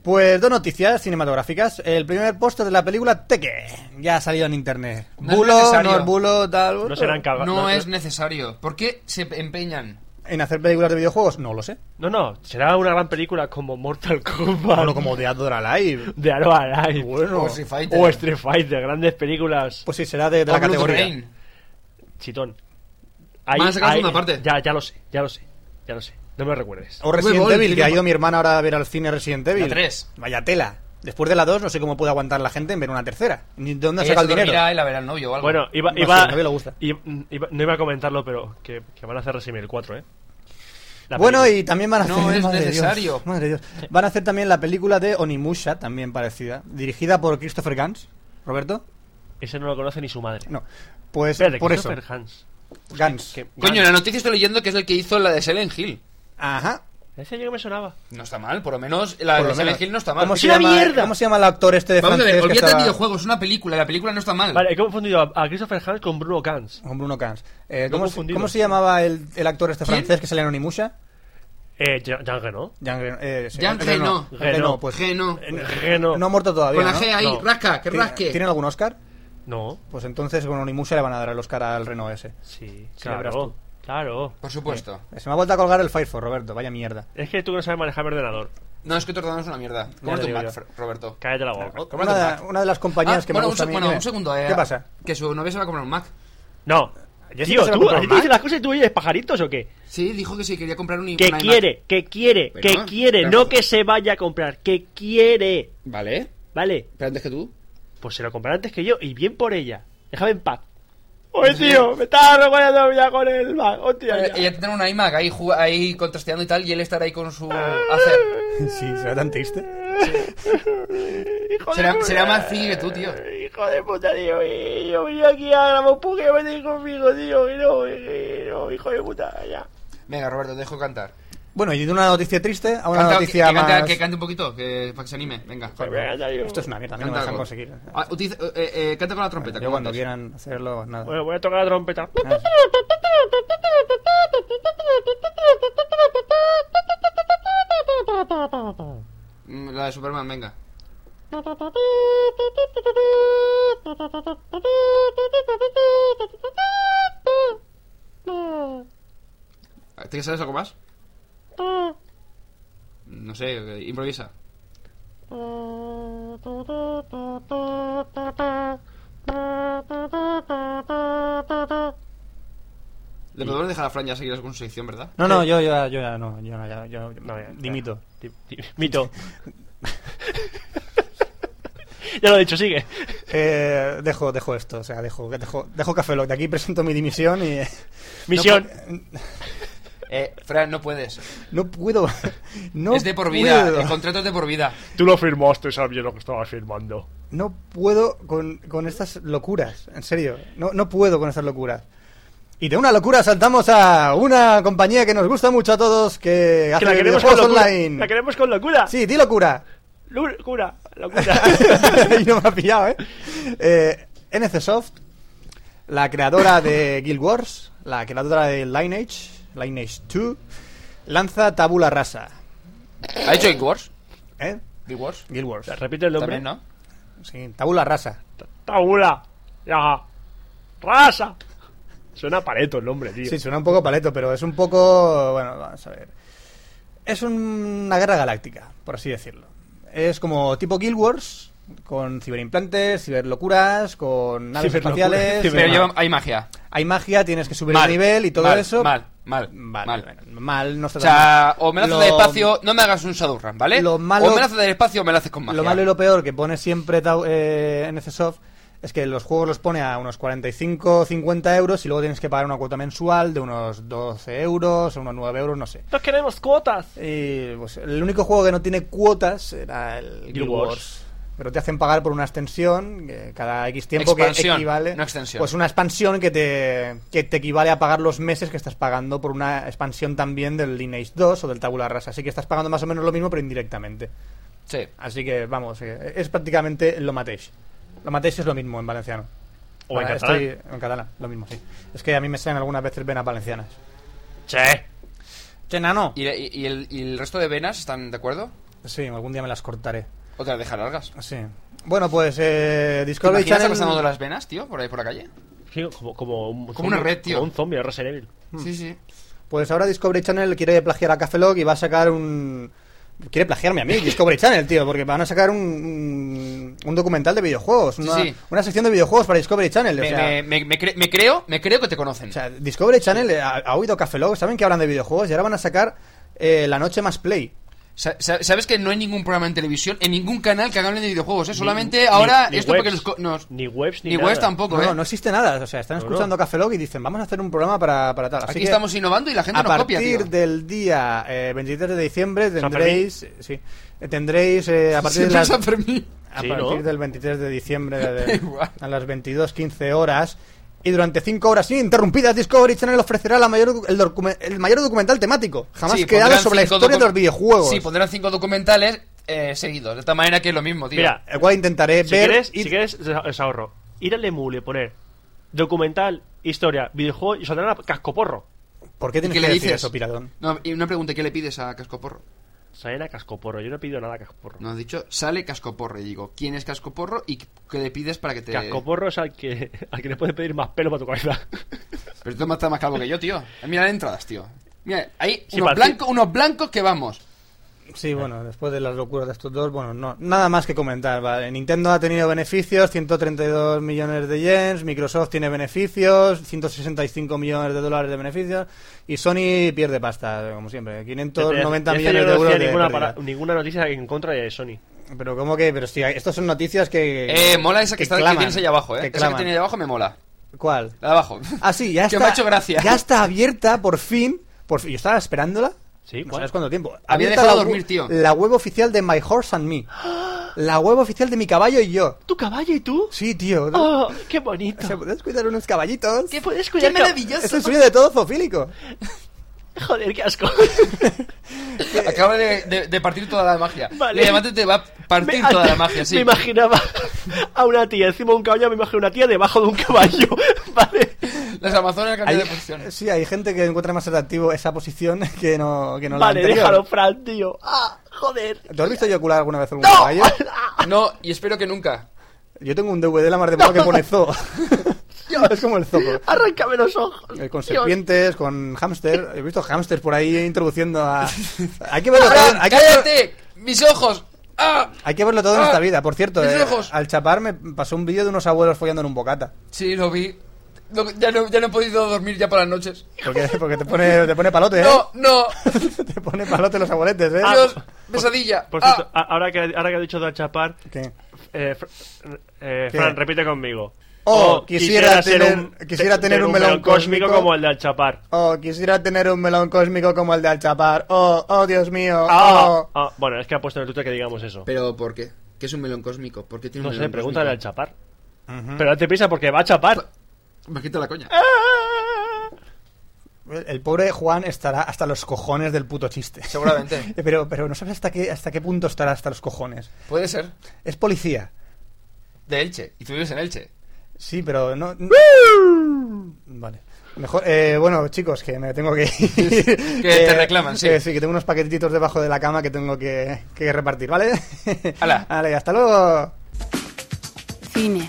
S2: Pues dos noticias cinematográficas. El primer póster de la película Teque ya ha salido en internet.
S1: No es
S2: bulo,
S1: necesario.
S2: no es bulo, tal.
S3: No serán
S1: No,
S3: cagados.
S1: es necesario. ¿Por qué se empeñan?
S2: ¿En hacer películas de videojuegos? No lo sé.
S3: No, no, será una gran película como Mortal Kombat.
S2: Hablo como de Adora Live.
S3: De Aro Alive.
S1: O Street Fighter.
S3: O Street Fighter, grandes películas.
S2: Pues sí, será de, de la
S1: O Blood
S2: categoría.
S1: Rain.
S3: Chitón.
S1: Van a sacar segunda parte.
S3: Ya, ya lo sé, ya lo sé, ya lo sé. No me recuerdes.
S2: O Resident
S1: Evil,
S2: Evil, que
S1: tío.
S2: ha ido mi hermana ahora a ver al cine Resident Evil.
S1: La tres.
S2: Vaya tela. Después de la 2, no sé cómo puede aguantar la gente en ver una tercera. Ni de dónde
S1: Ella
S2: saca el
S1: se dormirá
S2: dinero.
S1: y la verá el novio o algo.
S3: Bueno, iba,
S2: No sé,
S3: iba,
S2: a mí me gusta.
S3: i- mm, iba- no iba a comentarlo, pero que, que van a hacer Resident Evil 4, ¿eh? La
S2: Bueno,
S3: película.
S2: y también van a hacer.
S1: No es
S2: madre Dios,
S1: necesario.
S2: madre Dios. Van a hacer también la película de Onimusha, también parecida. Dirigida por Christopher Gans. ¿Roberto?
S3: Ese no lo conoce ni su madre.
S2: No. Pues
S3: Espérate,
S2: por eso.
S3: Christopher Hans.
S2: Gans.
S3: Que-
S1: Coño, en la noticia estoy leyendo que es el que hizo la de Silent Hill.
S2: Ajá.
S3: Ese yo que me sonaba.
S1: No está mal, por lo menos la
S2: Por
S1: de
S2: lo
S1: Silent
S2: menos.
S1: Hill no está mal.
S2: ¿Cómo se,
S3: ¡Una
S2: llama,
S3: mierda!
S2: ¿Cómo se llama el actor este de
S1: Vamos a
S2: francés?
S1: ver,
S2: que
S1: olvídate
S2: estaba-
S1: de videojuegos, es una película, la película no está mal.
S3: Vale, he confundido a, a Christopher Hans con Bruno Gans.
S2: Con Bruno Gans. Eh,
S3: Lo he
S2: ¿cómo, se-
S3: confundido.
S2: cómo se llamaba el, el actor este
S1: ¿Quién?
S2: francés que sale en Onimusha?
S3: Eh, Jean Jean Reno.
S2: Jean Reno. Eh, sí,
S1: Jean
S2: Reno.
S1: Reno.
S2: Reno,
S3: Reno.
S2: pues.
S1: Geno.
S3: Eh, Reno.
S2: No ha muerto todavía.
S1: Con la
S2: ¿no?
S1: G ahí,
S3: No.
S1: rasca, que
S2: ¿Ti-
S1: rasque.
S2: ¿Tienen algún Oscar?
S3: No,
S2: Pues entonces con Onimusha le van a dar el Oscar al Reno ese.
S3: sí,
S2: Sí, la verás tú.
S3: claro. Claro.
S1: Por supuesto.
S2: Se me ha vuelto a colgar el Firefox, Roberto. Vaya mierda.
S3: Es que tú que no sabes manejar mi ordenador.
S1: No, es que tu ordenador es una mierda. ¿Cómo
S3: lo
S1: tu
S3: digo
S1: Mac,
S3: yo.
S1: Fr- Roberto?
S3: Cállate la boca.
S1: Cómprate un
S2: Una de,
S1: Mac.
S2: una de las compañías
S1: Ah,
S2: que
S1: bueno,
S2: me gusta
S1: un, se-
S2: a mí-
S1: bueno,
S2: dime.
S1: un segundo. eh,
S2: ¿Qué pasa?
S1: Que su novia se va a comprar un Mac.
S3: No.
S2: Jessica
S3: Tío,
S2: se va a
S3: ¿tú
S2: comprar un
S3: dices
S2: Mac.
S3: las cosas y tú oyes pajaritos o qué?
S1: Sí, dijo que sí, quería comprar un i-
S3: Que
S1: una iMac.
S3: quiere, que quiere,
S1: Bueno,
S3: que quiere,
S1: claro.
S3: no que se vaya a comprar, que quiere,
S1: Vale,
S3: ¿vale?
S1: pero antes que tú.
S3: Pues se lo comprará antes que yo y bien por ella. Déjame en paz. Oye, tío, me estaba reguayando ya con el Mac. Hostia,
S1: Eh,
S3: ya.
S1: Ella tendrá un iMac ahí, ju- ahí contrasteando y tal, y él estará ahí con su hacer.
S2: Sí, será tan triste.
S3: Hijo de
S1: será-
S3: puta.
S1: será más friki que tú, tío.
S3: Hijo de puta, tío. y Yo vine aquí a grabar un poco y me conmigo, tío. y no, y no, hijo de puta, ya.
S1: Venga, Roberto, te dejo cantar.
S2: Bueno, y de una noticia triste a una
S1: Canta- que-
S2: noticia
S1: que, cante-
S2: más...
S1: que cante un poquito, que, para que se anime. Venga.
S3: Pues
S2: Esto es una mierda, a mí no me
S1: Canta
S2: dejan
S1: algo.
S2: conseguir.
S1: Ah, utiliza- eh, eh, canta con la trompeta.
S2: Yo
S1: como
S2: cuando
S1: antes.
S2: quieran hacerlo, nada.
S3: Bueno, voy a tocar la trompeta.
S2: Ah, sí.
S1: Mm, La de Superman, venga. ¿Te que sabes algo más? No sé, eh, improvisa. Le podemos dejar a Fran ya seguir con su sección, ¿verdad?
S2: No, no, yo, yo, yo ya no, yo no, Eh, ya, yo,
S3: No, ya, ya.
S2: dimito.
S3: Mito. ya lo he dicho, sigue.
S2: Eh, dejo, dejo esto, o sea, dejo, dejo, dejo Café Lock. De aquí presento mi dimisión y... eh,
S3: Misión.
S1: Eh, Fran, no puedes.
S2: No puedo. No
S1: es de por vida.
S2: puedo.
S1: El contrato es de por vida.
S3: Tú lo firmaste, sabías lo que estabas firmando.
S2: No puedo con, con estas locuras, en serio. No, no puedo con estas locuras. Y de una locura saltamos a una compañía que nos gusta mucho a todos, que hace
S3: Que la queremos con
S2: videojuegos
S3: locura.
S2: online.
S3: La queremos con locura.
S2: Sí, di locura.
S3: Locura. Locura.
S2: y no me ha pillado, ¿eh? eh NCSoft, la creadora de Guild Wars, la creadora de Lineage, Lineage 2, lanza Tabula Rasa.
S1: ¿Ha hecho Guild Wars?
S2: ¿Eh?
S1: Guild Wars.
S2: Guild Wars.
S3: Repite el nombre.
S1: También, ¿no?
S2: Sí, Tabula Rasa.
S3: Tabula. Ya. Rasa. Suena a Pareto el nombre, tío.
S2: Sí, suena un poco paleto, pero es un poco. Bueno, vamos a ver. Es un- una guerra galáctica, por así decirlo. Es como tipo Guild Wars, con ciberimplantes, ciberlocuras, con naves
S3: Ciberlocura.
S2: espaciales.
S1: Pero
S3: Ciber-
S2: bueno,
S1: lleva, hay magia.
S2: Hay magia, tienes que subir
S1: Mal,
S2: de nivel y todo
S1: mal,
S2: eso.
S1: Mal, mal,
S2: Vale,
S1: mal.
S2: bueno, mal, no está
S1: O
S2: tan
S1: sea,
S2: mal.
S1: o me la haces
S2: Lo-
S1: del espacio, no me hagas un Shadowrun, ¿vale?
S2: lo malo-
S1: o me la haces del espacio o me la haces con magia.
S2: Lo malo y lo peor que pone siempre Tau- eh, NCSoft es que los juegos los pone a unos 45 50 euros y luego tienes que pagar una cuota mensual de unos 12 euros o unos 9 euros, no sé.
S3: No queremos cuotas.
S2: Y pues, el único juego que no tiene cuotas era el Guild
S3: Guild
S2: Wars.
S3: Wars.
S2: Pero te hacen pagar por una extensión que cada X tiempo
S1: Expansión,
S2: que equivale.
S1: no extensión.
S2: Pues una expansión que te, que te equivale a pagar los meses que estás pagando por una expansión también del Lineage 2 o del Tabula Rasa. Así que estás pagando más o menos lo mismo, pero indirectamente.
S1: Sí.
S2: Así que vamos, eh, es prácticamente lo mateix. Lo mateix es lo mismo en valenciano.
S3: O en
S2: Ahora
S3: catalán.
S2: estoy- en catalán, lo mismo, sí. Es que a mí me salen algunas veces venas valencianas.
S3: Che.
S2: Che, nano.
S1: ¿Y, y- y el, y el resto de venas están de acuerdo?
S2: Sí, algún día me las cortaré.
S1: ¿O te las dejan largas?
S2: Sí. Bueno, pues eh,
S1: ¿Te
S2: Discovery
S1: imaginas pasando de
S2: Channel.
S1: las venas, tío? Por ahí, por la calle.
S3: Sí, como, como, un
S1: Como una red, tío.
S3: Como un zombie de Resident Evil.
S2: Hmm.
S1: Sí, sí.
S2: Pues ahora Discovery Channel quiere plagiar a Café Lock y va a sacar un. Quiere plagiarme a mí, Discovery Channel, tío, porque van a sacar un, un, un documental de videojuegos. Una,
S1: sí.
S2: una sección de videojuegos para Discovery Channel. o
S1: Me,
S2: sea,
S1: me- me- me cre- me creo, me creo que te conocen.
S2: O sea, Discovery Channel eh, ha, ha oído Café Lock, saben que hablan de videojuegos y ahora van a sacar eh, La Noche Más Play.
S1: Sa- sa- Sabes que no hay ningún programa en televisión, en ningún canal que hable de videojuegos, ¿eh? Solamente ahora
S3: ni
S1: esto
S3: webs.
S1: porque nos co- nos-
S3: Ni webs, ni
S1: ni webs
S3: nada.
S1: tampoco,
S2: No,
S1: ¿eh?
S2: no existe nada. O sea, están
S3: No, no.
S2: escuchando Café Lock y dicen, vamos a hacer un programa para, para tal. Así
S1: Aquí
S2: que
S1: estamos innovando y la gente
S2: a
S1: nos copia,
S2: partir
S1: tío.
S2: del día eh, 23 de diciembre
S3: San
S2: tendréis. Sí, eh, tendréis eh, a partir de
S1: Siempre
S2: las-
S1: San Fermín.
S2: a
S3: Sí,
S2: partir
S3: ¿no?
S2: del 23 de diciembre de- de-
S1: Igual.
S2: a las 22.15 horas y durante 5 horas ininterrumpidas Discovery Channel ofrecerá la mayor, el, docu- el mayor documental temático jamás
S1: Sí,
S2: creado
S1: pondrán
S2: sobre la
S1: cinco
S2: historia de
S1: docu-
S2: los videojuegos
S1: Sí, pondrán cinco documentales eh, seguidos. De tal manera que es lo mismo, tío.
S3: Mira,
S2: el cual intentaré
S3: si
S2: Eh, ver
S3: quieres,
S2: y-
S3: si quieres, os- os ahorro. Ir al emule, poner documental, historia, videojuego y saldrán a cascoporro.
S2: ¿por qué
S1: ¿Y
S2: tienes
S1: qué
S2: que
S1: le
S2: decir
S1: dices?
S2: eso piratón?
S1: No, y una pregunta, ¿qué le pides a Cascoporro?
S3: Salen a cascoporro. Yo no he pedido nada a cascoporro.
S1: No has dicho, sale Cascoporro. Y digo, ¿quién es Cascoporro y qué le pides para
S2: este,
S1: que te.
S3: Cascoporro es al que, al que le puedes pedir más pelo para tu cabeza.
S1: Pero tú estás más calvo que yo, tío. Mira las entradas, tío. Mira, hay
S3: Sí,
S1: unos,
S3: para ti-
S1: blancos, unos blancos que vamos.
S2: Sí, bueno, después de las locuras de estos dos, bueno, no, nada más que comentar, ¿vale? Nintendo ha tenido beneficios, 132 millones de yens, Microsoft tiene beneficios, 165 millones de dólares de beneficios, y Sony pierde pasta, como siempre, 590
S3: Este
S2: millones
S3: yo
S2: de
S3: no
S2: euros
S3: decía
S2: de
S3: ninguna,
S2: pérdida.
S3: para- ninguna noticia en contra de Sony.
S2: Pero cómo que, pero si estas son noticias que...
S1: Eh, mola esa que, está, que
S2: claman,
S1: tienes ahí abajo, eh.
S2: que
S1: esa que
S2: claman.
S1: tienes ahí abajo me mola.
S2: ¿Cuál?
S1: La de abajo.
S2: Ah, sí, ya
S1: Que
S2: está.
S1: me ha hecho gracia.
S2: Ya está abierta, por fin. Por fin. Yo estaba esperándola.
S3: Sí,
S2: no
S3: ¿cuál?
S2: sabes cuánto tiempo.
S1: Había
S2: Abierta
S1: dejado
S2: la
S1: dormir,
S2: we-
S1: tío.
S2: La web oficial de My Horse and Me. La web oficial de mi caballo y yo.
S3: ¿Tu caballo y tú?
S2: Sí, tío.
S7: Ah.
S3: ¡Oh, qué
S2: ¿Se
S3: bonito!
S2: puedes cuidar unos caballitos?
S3: ¿Qué puedes cuidar? cab-
S2: Es el sueño de todo zoofílico.
S3: Joder, qué asco.
S1: Acaba de, de- de partir toda la magia.
S7: Vale.
S1: Le llamaste te va a partir
S7: Me-
S1: toda la magia, sí.
S7: Me imaginaba a una tía encima de un caballo, me imagino una tía debajo de un caballo, ¿vale?
S1: Las Amazonas cambian
S2: Ahí-
S1: de posición.
S2: Sí, hay gente que encuentra más atractivo esa posición que no, que no la
S7: vale,
S2: anterior.
S7: déjalo, Fran, tío. ¡Ah, joder!
S2: ¿Te has visto yo cular alguna vez algún
S7: ¡No!
S2: caballo?
S1: No, y espero que nunca.
S2: Yo tengo un DVD de la mar de Polo que pone zoo. es como el zoo.
S7: ¡Arráncame los ojos!
S2: Eh, Con
S7: Dios.
S2: serpientes, con hámster. He visto hámsters por ahí introduciendo a... Hay que verlo todo,
S1: ¡Fran,
S2: hay que verlo-
S1: cállate! ¡Mis ojos! ¡Ah!
S2: hay que verlo todo en
S1: ¡Ah!
S2: esta vida. Por cierto,
S1: Mis
S2: eh,
S1: ojos.
S2: al chapar me pasó un vídeo de unos abuelos follando en un bocata.
S1: Sí, lo vi. No, ya, no, ya no he podido dormir ya por las noches.
S2: Porque, porque te, pone, te pone palote, ¿eh?
S1: No, no.
S2: te pone palote los abueletes, ¿eh?
S1: Dios, pesadilla.
S3: Por
S1: Ah.
S3: cierto, a- ahora, que, ahora que ha dicho de achapar,
S2: ¿Qué?
S3: eh, Fr- eh,
S2: ¿Qué?
S3: Fran, repite conmigo.
S2: Oh,
S3: O
S2: quisiera tener-
S3: te-
S2: quisiera tener un melón cósmico.
S3: como el de achapar.
S2: Oh, quisiera tener un melón cósmico como el de Alchapar. Oh, oh, Dios mío.
S3: Ah,
S2: Oh.
S3: ah, bueno, es que ha puesto en el Twitter que digamos eso.
S1: Pero ¿por qué? ¿Qué es un melón cósmico? ¿Por qué tiene
S3: No
S1: un
S3: sé,
S1: melón
S3: pregúntale al
S1: cósmico?
S3: chapar.
S2: Ujú.
S3: Pero date prisa porque va a chapar. ¡Ah!
S1: Me quito la coña.
S2: El pobre Juan estará hasta los cojones del puto chiste.
S1: Seguramente.
S2: Pero, pero no sabes hasta qué, hasta qué punto estará hasta los cojones.
S1: Puede ser.
S2: Es policía.
S1: De Elche. Y tú vives en Elche.
S2: Sí, pero no. n- Vale. Mejor, eh, bueno, chicos, que me tengo que ir. que
S1: te reclaman, sí.
S2: que sí, que tengo unos paquetitos debajo de la cama que tengo que, que repartir, ¿vale?
S1: Hala.
S2: Vale, hasta luego.
S6: Cine.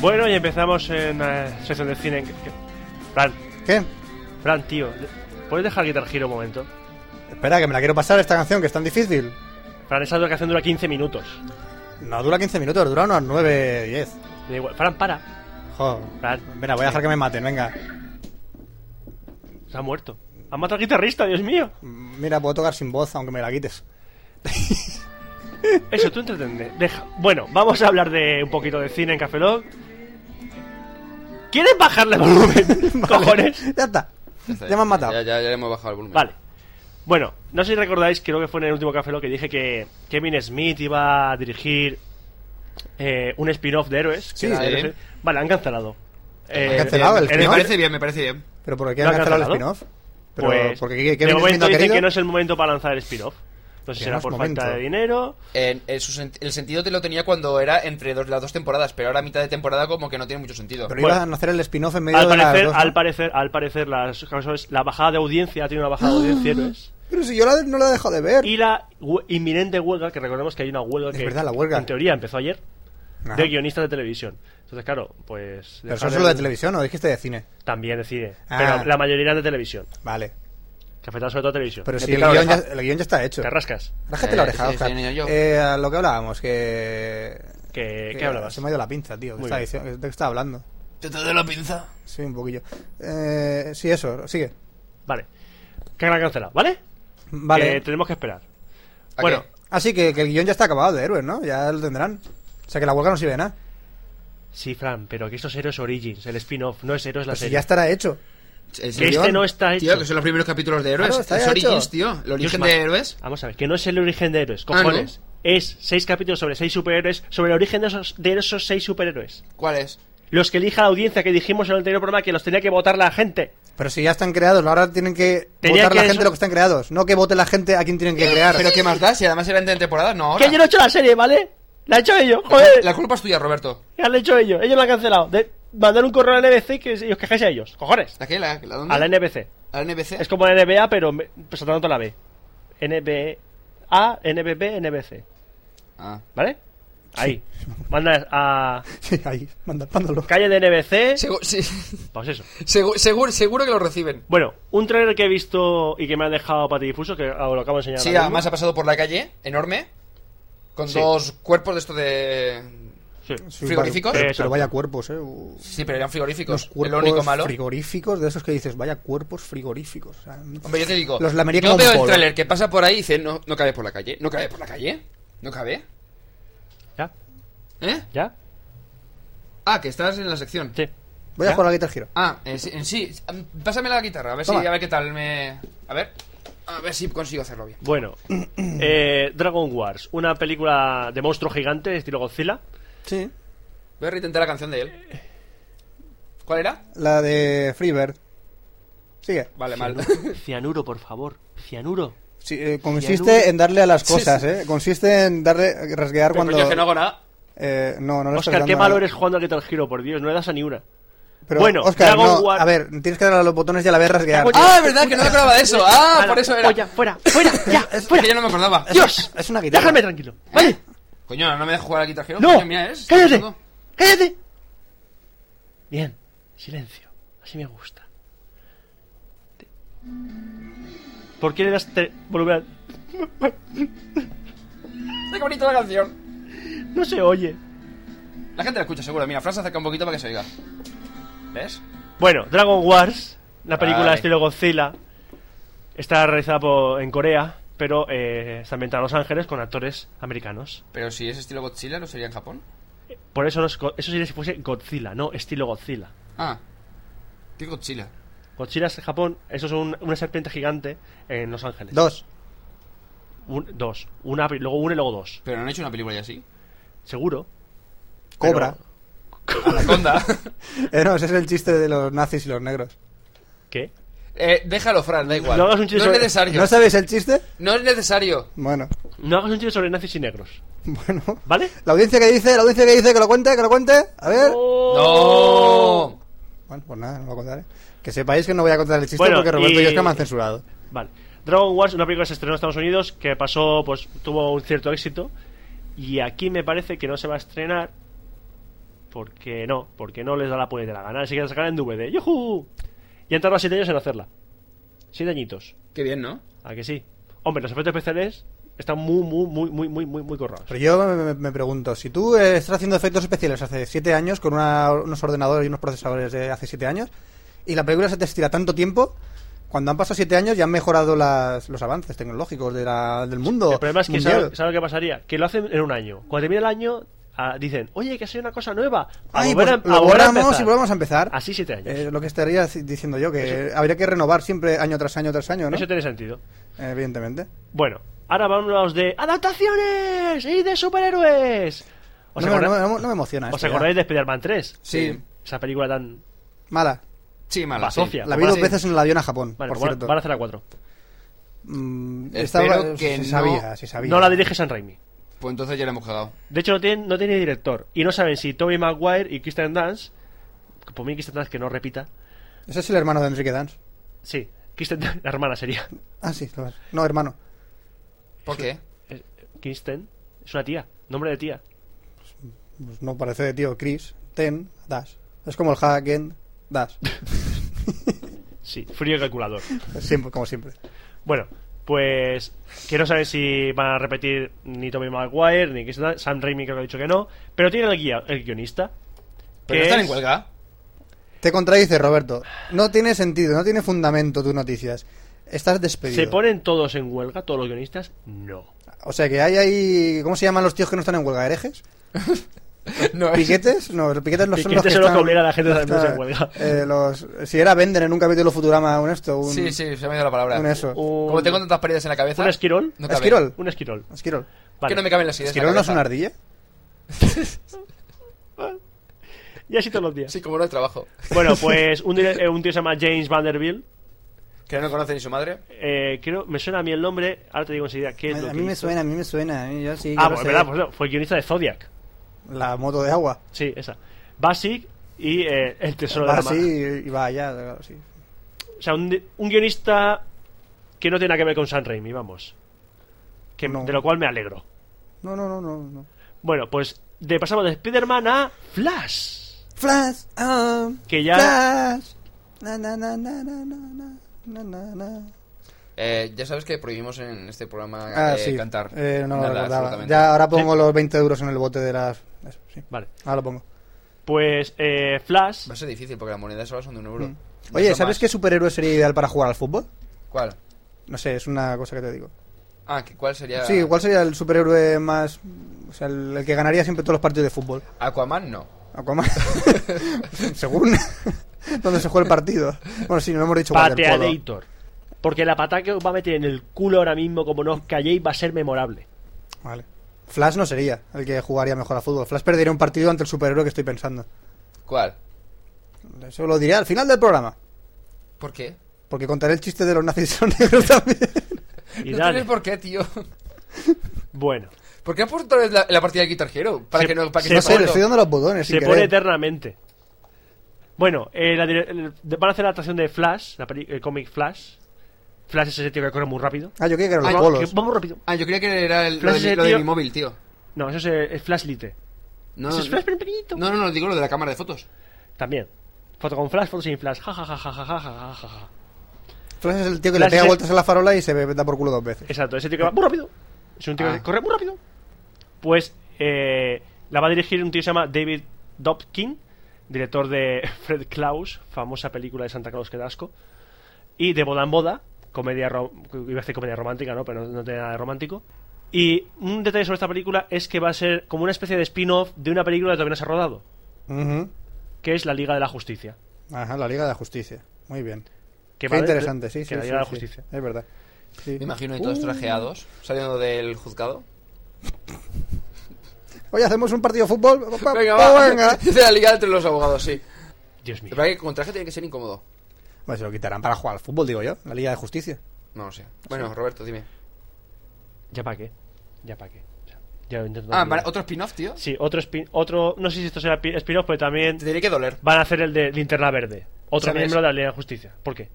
S3: Bueno, y empezamos en la sección de cine. que- que- Fran,
S2: ¿Qué?
S3: Fran, tío, de- ¿puedes dejar Guitar Hero un momento?
S2: Espera, que me la quiero pasar esta canción, que es tan difícil.
S3: Fran, esa canción dura 15 minutos.
S2: No, dura 15 minutos, dura unos 9, 10.
S3: Da igual. Fran, para.
S2: Jo.
S3: Fran,
S2: Venga, voy a dejar que me maten, venga.
S3: se ha muerto. Ha matado al guitarrista, Dios mío.
S2: Mm. Mira, puedo tocar sin voz, aunque me la quites.
S3: Eso, tú entretente. Deja. Bueno, vamos a hablar de un poquito de cine en Café Lock. ¿Quieren bajarle el volumen? ¿Cojones?
S2: Ya está.
S1: Ya está,
S2: Ya me han matado.
S1: Ya, ya, ya le hemos bajado el volumen.
S3: Vale. Bueno, no sé si recordáis, creo que fue en el último Café Lock que dije que Kevin Smith iba a dirigir eh, un spin-off de Héroes. que
S2: Sí,
S3: era
S1: sí.
S3: Héroes- Vale, han cancelado. Eh,
S2: cancelado el
S3: eh,
S1: Me
S2: spin-off?
S1: parece bien, me parece bien.
S2: ¿Pero por qué
S3: ¿Lo
S2: han
S3: han
S2: cancelado el
S3: cancelado?
S2: spin-off? Pero,
S3: pues,
S2: porque Kevin
S3: de
S2: Smith
S3: momento
S2: no ha
S3: dicen
S2: querido.
S3: que no es el momento para lanzar el spin-off. No sé si
S2: Que
S3: será
S2: no es
S3: por falta
S2: momento.
S3: de dinero.
S1: En- en su sen- el sentido te lo tenía cuando era entre dos, las dos temporadas, pero ahora a mitad de temporada como que no tiene mucho sentido.
S2: Pero
S3: Bueno.
S2: iban a hacer el spin-off en medio
S3: Al
S2: de las
S3: parecer,
S2: dos, ¿no?
S3: al parecer, al parecer, las- la bajada de audiencia ha tenido una bajada de audiencia, ¿no es?
S2: Pero si yo la- no la dejo de ver.
S3: Y la hue- inminente huelga, que recordemos que hay una huelga
S2: Es
S3: que
S2: verdad, la huelga.
S3: en teoría empezó ayer,
S2: Ajá.
S3: de guionistas de televisión. Entonces, claro, pues...
S2: Pero
S3: dejar
S2: eso es solo de
S3: el-
S2: televisión, ¿no? Dijiste de cine.
S3: También de cine.
S2: Ah.
S3: Pero la mayoría era de televisión.
S2: Vale.
S3: Cafetal sobre todo de televisión.
S2: Pero
S1: Me
S2: si el
S1: pica la
S2: guión, ya,
S1: oreja.
S2: el guión ya está hecho.
S3: Te rascas.
S2: Rájate la
S1: Eh,
S2: oreja,
S1: sí,
S2: Oscar.
S1: sí, niño, yo.
S2: Eh, a lo que hablábamos, que...
S3: ¿Qué, ¿qué hablabas?
S2: Eh, Se me ha ido la pinza, tío. ¿Qué
S3: Muy
S2: estaba,
S3: bien.
S2: diciendo- ¿De qué estaba hablando?
S1: ¿Te te doy la pinza?
S2: Sí, un poquillo. Eh, sí, eso. Sigue.
S3: Vale. Que la cancela, ¿vale?
S2: Vale.
S3: Que tenemos que esperar.
S1: ¿A
S3: Bueno,
S1: qué?
S2: Así que, que el guión ya está acabado de héroes, ¿no? Ya lo tendrán. O sea que la huelga no sirve de nada.
S3: sí, Fran, pero que esto es Heroes Origins, el spin-off, no es Heroes la
S2: Pues si
S3: serie.
S2: ya estará hecho.
S1: ¿Es
S3: Que
S1: el
S3: este
S1: guión?
S3: no está hecho.
S1: Tío, que son los primeros capítulos de Héroes.
S2: Claro, está
S1: es
S2: ya
S1: Origins,
S2: hecho.
S1: tío. El origen
S3: Dios,
S1: de
S3: ma-
S1: Héroes.
S3: Vamos a ver, que no es el origen de héroes,
S1: Ah, ¿no?
S3: cojones. Es seis capítulos sobre seis superhéroes, sobre el origen de esos, de esos seis superhéroes.
S1: ¿Cuál es?
S3: Los que elija la audiencia que dijimos en el anterior programa que los tenía que votar la gente.
S2: Pero si ya están creados, ahora tienen que
S3: Tenía
S2: votar
S3: que
S2: la
S3: eso-
S2: gente lo que están creados. No que vote la gente a quien tienen que crear.
S1: ¿Pero qué más da? Si además eran de temporada, no ahora.
S3: Que yo no he hecho la serie, ¿vale? La he hecho ellos, joder.
S1: La culpa es tuya, Roberto.
S3: La han hecho ellos, ellos la han cancelado. De mandar un correo a la NBC que os quejáis a ellos, cojones.
S1: ¿La qué? ¿La, la dónde?
S3: A la NBC.
S1: ¿A la NBC?
S3: Es como la NBA, pero me- pues, saltando toda la B. NBA, NBB, NBC.
S1: Ah.
S3: ¿Vale? Ahí. Manda a
S2: Sí, ahí, manda- mándalo.
S3: calle de NBC.
S1: Segu- sí.
S3: Pues eso.
S1: Segu- seguro, seguro que lo reciben.
S3: Bueno, un trailer que he visto y que me han dejado patidifuso, que os lo acabo de enseñar.
S1: Sí,
S3: ahora mismo.
S1: además ha pasado por la calle, enorme, con
S3: Sí.
S1: dos cuerpos de esto de...
S3: Sí.
S2: Sí,
S1: ¿Frigoríficos?
S2: vale, pero,
S3: Exacto.
S2: vaya cuerpos, eh. Uh,
S1: Sí, pero eran
S2: Los
S1: frigoríficos. Es
S2: cuerpos
S1: lo único malo.
S2: frigoríficos, de esos que dices, vaya cuerpos frigoríficos. O sea,
S1: Hombre, yo te digo,
S2: Los lamería
S1: yo
S2: como
S1: veo
S2: un
S1: el
S2: polo.
S1: tráiler que pasa por ahí y dice, no, no cabe por la calle, no cabe por la calle, no cabe.
S3: ¿Ya?
S1: ¿Eh?
S3: ¿Ya?
S1: Ah, que estás en la sección.
S3: Sí.
S2: Voy a
S3: ¿Ya?
S2: jugar a Guitar Hero.
S1: Ah, eh, sí, en sí. mm, Pásame la guitarra, a ver, si,
S2: Toma.
S1: a ver qué tal me. A ver. A ver si consigo hacerlo bien.
S3: Bueno, eh, Dragon Wars, una película de monstruo gigante, estilo Godzilla.
S2: Sí.
S1: Voy a reintentar la canción de él. ¿Cuál era?
S2: La de Freebird. Sigue.
S1: Vale, mal.
S3: Cianuro, por favor, cianuro.
S2: Sí, eh,
S3: Cianuro.
S2: consiste en darle a las cosas, ¿eh? Consiste en darle, rasguear
S1: Pero
S2: cuando...
S1: coño, Pues que no hago nada.
S2: Eh, no, no le estás
S3: Oscar, qué
S2: dando
S3: malo
S2: a-
S3: eres jugando a Guitar Hero, por Dios, no le das a ni una.
S2: Pero,
S3: Bueno,
S2: Oscar,
S3: Dragon
S2: no,
S3: War-
S2: a ver, tienes que darle a los botones y a la vez rasguear.
S3: Dragon-
S1: Ah, es verdad que no me acordaba de eso. Ah, por eso era.
S4: Oye, fuera, fuera, ya.
S1: Es que yo no me acordaba.
S3: ¡Dios!
S2: Ah, es una guitarra.
S3: Déjame tranquilo, ¿vale?
S1: Coño, no me dejes jugar a Guitar Hero.
S3: ¡No!
S1: coño, mira, ¿eh? es-
S3: ¡Cállate! ¡Cállate! Bien, silencio. Así me gusta. Te- ¿Por qué le das te- volver a-
S1: Ay, qué bonita la canción.
S3: No se oye.
S1: La gente la escucha, seguro. Mira, Fran se acerca un poquito para que se oiga. ¿Ves?
S3: Bueno, Dragon Wars, la película
S1: Vale.
S3: estilo Godzilla, está realizada por- en Corea, pero eh, está ambientada en Los Ángeles con actores americanos.
S1: Pero si es estilo Godzilla, ¿no sería en Japón?
S3: Por eso, no es go- eso sería si fuese Godzilla, no estilo Godzilla.
S1: Ah. ¿Qué Godzilla?
S3: Godzilla es Japón, eso es un- una serpiente gigante en Los Ángeles.
S2: Dos.
S3: Un- dos. Una, pri- luego una y luego dos.
S1: Pero no han hecho una película ya así.
S3: Seguro.
S2: Cobra.
S1: Anaconda.
S2: Eh, no, ese es el chiste de los nazis y los negros.
S3: ¿Qué?
S1: eh, déjalo, Fran, da igual.
S3: No hagas un chiste
S1: es
S3: sobre-
S1: necesario.
S2: ¿No sabéis el chiste?
S1: No es necesario.
S2: Bueno,
S3: No hagas un chiste sobre nazis y negros.
S2: bueno.
S3: ¿Vale?
S2: La audiencia que dice, la audiencia que dice, que lo cuente, que lo cuente. A ver.
S1: Eh.
S3: ¡Oh!
S1: ¡No!
S2: Bueno, pues nada, no lo contaré. Que sepáis que no voy a contar el chiste
S3: Bueno,
S2: porque Roberto y,
S3: y-
S2: Oscar me han censurado.
S3: Vale. Dragon Wars, una película que se estrenó en Estados Unidos, que pasó, pues tuvo un cierto éxito. Y aquí me parece que no se va a estrenar. Porque no, porque no les da la puñetera gana. Así que la sacan en DVD. ¡Yujú! Y han tardado 7 años en hacerla. 7 añitos.
S1: Qué bien, ¿no?
S3: ¿A que sí? Hombre, los efectos especiales están muy, muy, muy, muy, muy, muy, muy corrados.
S2: Pero yo me, me- me pregunto, si tú eh, estás haciendo efectos especiales hace 7 años con una- unos ordenadores y unos procesadores de hace 7 años, y la película se te estira tanto tiempo, cuando han pasado 7 años ya han mejorado las- los avances tecnológicos de la- del mundo.
S3: El problema es que,
S2: mundial.
S3: ¿sabes sabe lo que pasaría? Que lo hacen en un año. Cuando termina el año, ah, dicen, oye, que ha sido una cosa nueva. A
S2: Ay,
S3: volver
S2: pues
S3: a- a
S2: lo
S3: volver a
S2: borramos y
S3: empezar.
S2: volvemos a empezar.
S3: Así siete años.
S2: Eh, lo que estaría ci- diciendo yo, que habría que renovar siempre año tras año tras año, ¿no?
S3: Eso tiene sentido.
S2: Eh, Evidentemente.
S3: Bueno, ahora vamos de adaptaciones y de superhéroes. ¿Os,
S2: No, me-
S3: acorda-
S2: no me- no me emociona
S3: os
S2: esto ya.
S3: acordáis de Spider-Man 3?
S1: Sí.
S3: Esa película tan...
S2: Mala.
S1: Sí, mala. sí.
S3: Bazofia.
S2: La vi dos
S1: Sí.
S2: veces en el avión a Japón,
S3: Vale,
S2: por
S3: van,
S2: cierto.
S3: van a hacer la 4.
S2: Mm,
S1: Espero
S2: estaba-
S1: que
S2: se
S1: no-
S2: sabía, se sabía.
S3: No la dirige San Raimi.
S1: Pues entonces ya la hemos cagado.
S3: De hecho, no tiene, no tiene director. Y no saben si Tobey Maguire y Christian Dance... que Por mí, Christian Dance que no repita.
S2: Ese es el hermano de Enrique Dance.
S3: Sí, Kristen Dunst- la hermana sería.
S2: Ah, sí, lo es. No, hermano.
S1: ¿Por qué?
S3: Eh, Kristen es una tía, nombre de tía.
S2: Pues no parece de tío. Chris, Ten, Dash. Es como el Hagen, Dash.
S3: Sí, frío calculador.
S2: Siempre, como siempre.
S3: Bueno, pues que no saben si van a repetir ni Tommy Maguire, ni Kristen Dunst. Sam Raimi creo que ha dicho que no, pero tiene el, guía, el guionista.
S1: Pero no
S3: que
S1: están
S3: es-
S1: en huelga.
S2: Te contradice, Roberto. No tiene sentido, no tiene fundamento tus noticias. Estás despedido.
S3: ¿Se ponen todos en huelga, todos los guionistas? No.
S2: O sea que hay ahí. ¿Cómo se llaman los tíos que no están en huelga? ¿Herejes?
S1: No, es-
S2: ¿Piquetes? No, los piquetes no son los que
S3: Piquetes son los que
S2: están-
S3: obligan a la gente a estar
S2: está-
S3: en huelga.
S2: eh, los- si era Bender en un capítulo Futurama, un esto, un.
S1: Sí, sí, se me ha ido la palabra.
S2: Un eso.
S3: Un-
S1: Como tengo tantas paredes en la cabeza.
S3: ¿Un esquirol?
S1: No cabe.
S2: Esquirol.
S3: Un esquirol.
S2: Esquirol.
S3: Vale.
S1: Que no me caben las ideas. en la
S2: ¿Esquirol no es
S1: cabeza.
S2: una ardilla?
S3: Y así todos los días.
S1: Sí, como no el trabajo.
S3: Bueno, pues un, dire- eh, un tío se llama James Vanderbilt.
S1: Que no conoce ni su madre.
S3: Eh, creo, me suena a mí el nombre, ahora te digo enseguida qué es lo
S2: A
S3: que
S2: mí me
S3: hizo.
S2: suena, a mí me suena. eh, Yo sí, yo
S3: Ah,
S2: lo
S3: pues,
S2: sé.
S3: verdad, pues no, fue guionista de Zodiac.
S2: La moto de agua.
S3: Sí, esa. Basic y eh, El Tesoro
S2: Va
S3: de la Mar.
S2: así y va allá. claro, sí.
S3: O sea, un, un guionista que no tiene nada que ver con San Raimi, vamos. Que,
S2: No.
S3: De lo cual me alegro.
S2: No, no, no, no. no.
S3: Bueno, pues de pasamos de Spider-Man a Flash.
S2: Flash, ah,
S3: Que ya-
S2: Flash. Na, na, na, na, na, na, na, na, na, na.
S1: Eh, ya sabes que prohibimos en este programa
S2: Ah,
S1: eh,
S2: sí.
S1: cantar.
S2: Eh, no lo
S1: Nada,
S2: recordaba.
S1: absolutamente.
S2: Ya ahora pongo
S3: Sí.
S2: los 20 euros en el bote de las. eso, sí.
S3: Vale.
S2: Ahora lo pongo.
S3: Pues eh, Flash.
S1: Va a ser difícil porque las monedas ahora son de un euro.
S2: Mm.
S1: No
S2: Oye,
S1: son
S2: ¿sabes
S1: más.
S2: qué superhéroe sería ideal para jugar al fútbol?
S1: ¿Cuál?
S2: No sé, es una cosa que te digo.
S1: Ah, que ¿cuál sería?
S2: Sí, ¿cuál sería el superhéroe más. O sea, el, el que ganaría siempre todos los partidos de fútbol?
S1: Aquaman no.
S2: Aquaman. Según dónde se juega el partido. Bueno, sí, no hemos dicho waterpolo.
S3: Pateadator. Porque la patada que os va a meter en el culo ahora mismo, como no os calléis, va a ser memorable.
S2: Vale. Flash no sería el que jugaría mejor a fútbol. Flash perdería un partido ante el superhéroe que estoy pensando.
S4: ¿Cuál?
S2: Eso lo diré al final del programa.
S4: ¿Por qué?
S2: Porque contaré el chiste de los nazis son negros también.
S3: Y
S4: no
S3: dale.
S4: tienes por qué, tío.
S3: Bueno,
S4: ¿Por qué has puesto otra vez la, la partida de Guitar Hero? Para
S3: Se-
S4: que no, para
S3: se
S4: que no
S2: No sé,
S4: pase
S2: le
S3: pone-
S4: esto.
S2: estoy dando los botones.
S3: se
S2: sin
S3: pone
S2: querer.
S3: eternamente. Bueno, eh, la dire- el- de- van a hacer la atracción de Flash, la peli- el cómic Flash. Flash es ese tío que corre muy rápido.
S2: Ah, yo quería que eran
S4: Ay,
S2: los
S4: no,
S2: bolos.
S3: Que- vamos rápido.
S4: Ah, yo creía que era el, lo,
S3: Flash
S4: de,
S3: ese
S4: lo de
S3: tío-
S4: mi móvil, tío.
S3: No, eso es, eh, es Flash Lite.
S4: No,
S3: Eso es Flash pequeñito.
S4: no, no, no, digo lo de la cámara de fotos.
S3: También. Foto con Flash, foto sin Flash. Ja, ja, ja, ja, ja, ja, ja, ja, ja.
S2: Flash es el tío que
S3: Flash
S2: le pega
S3: es-
S2: vueltas a la farola y se da por culo dos veces.
S3: Exacto, ese tío que va muy rápido. Es un tío
S4: Ah.
S3: que corre muy rápido. Pues eh, la va a dirigir un tío que se llama David Dobkin, director de Fred Claus, famosa película de Santa Claus que da asco, y de Boda en Boda, comedia ro- iba a decir comedia romántica, ¿no? Pero no, no tiene nada de romántico. Y un detalle sobre esta película es que va a ser como una especie de spin-off de una película que todavía no se ha rodado,
S2: Ujú.
S3: que es La Liga de la Justicia.
S2: Ajá, la Liga de la Justicia. Muy bien. Qué
S3: Que va de-
S2: interesante, sí,
S3: que
S2: sí.
S3: La
S2: sí,
S3: Liga de la
S2: sí.
S3: Justicia.
S2: Es verdad. Sí.
S4: Me imagino ahí todos
S1: Uh.
S4: trajeados, saliendo del juzgado.
S2: Oye, hacemos un partido de fútbol. Pa-
S4: Venga,
S2: pa-
S4: va.
S2: venga.
S4: Dice la liga entre los abogados, sí.
S3: Dios mío.
S4: Pero que con traje tiene que ser incómodo.
S2: Bueno, Pues se lo quitarán para jugar al fútbol, digo yo. La Liga de Justicia.
S4: No lo sé. Bueno, Roberto, dime.
S3: ¿Ya para qué? ¿Ya para qué? O sea, ya lo intento
S4: Ah,
S3: olvidar.
S4: vale, otro spin-off, tío.
S3: Sí, otro spin, otro, no sé si esto será pi- spin-off, pero también
S4: Te tiene que doler,
S3: van a hacer el de Linterna Verde, otro
S4: ¿Sabes?
S3: miembro de la Liga de Justicia. ¿Por qué?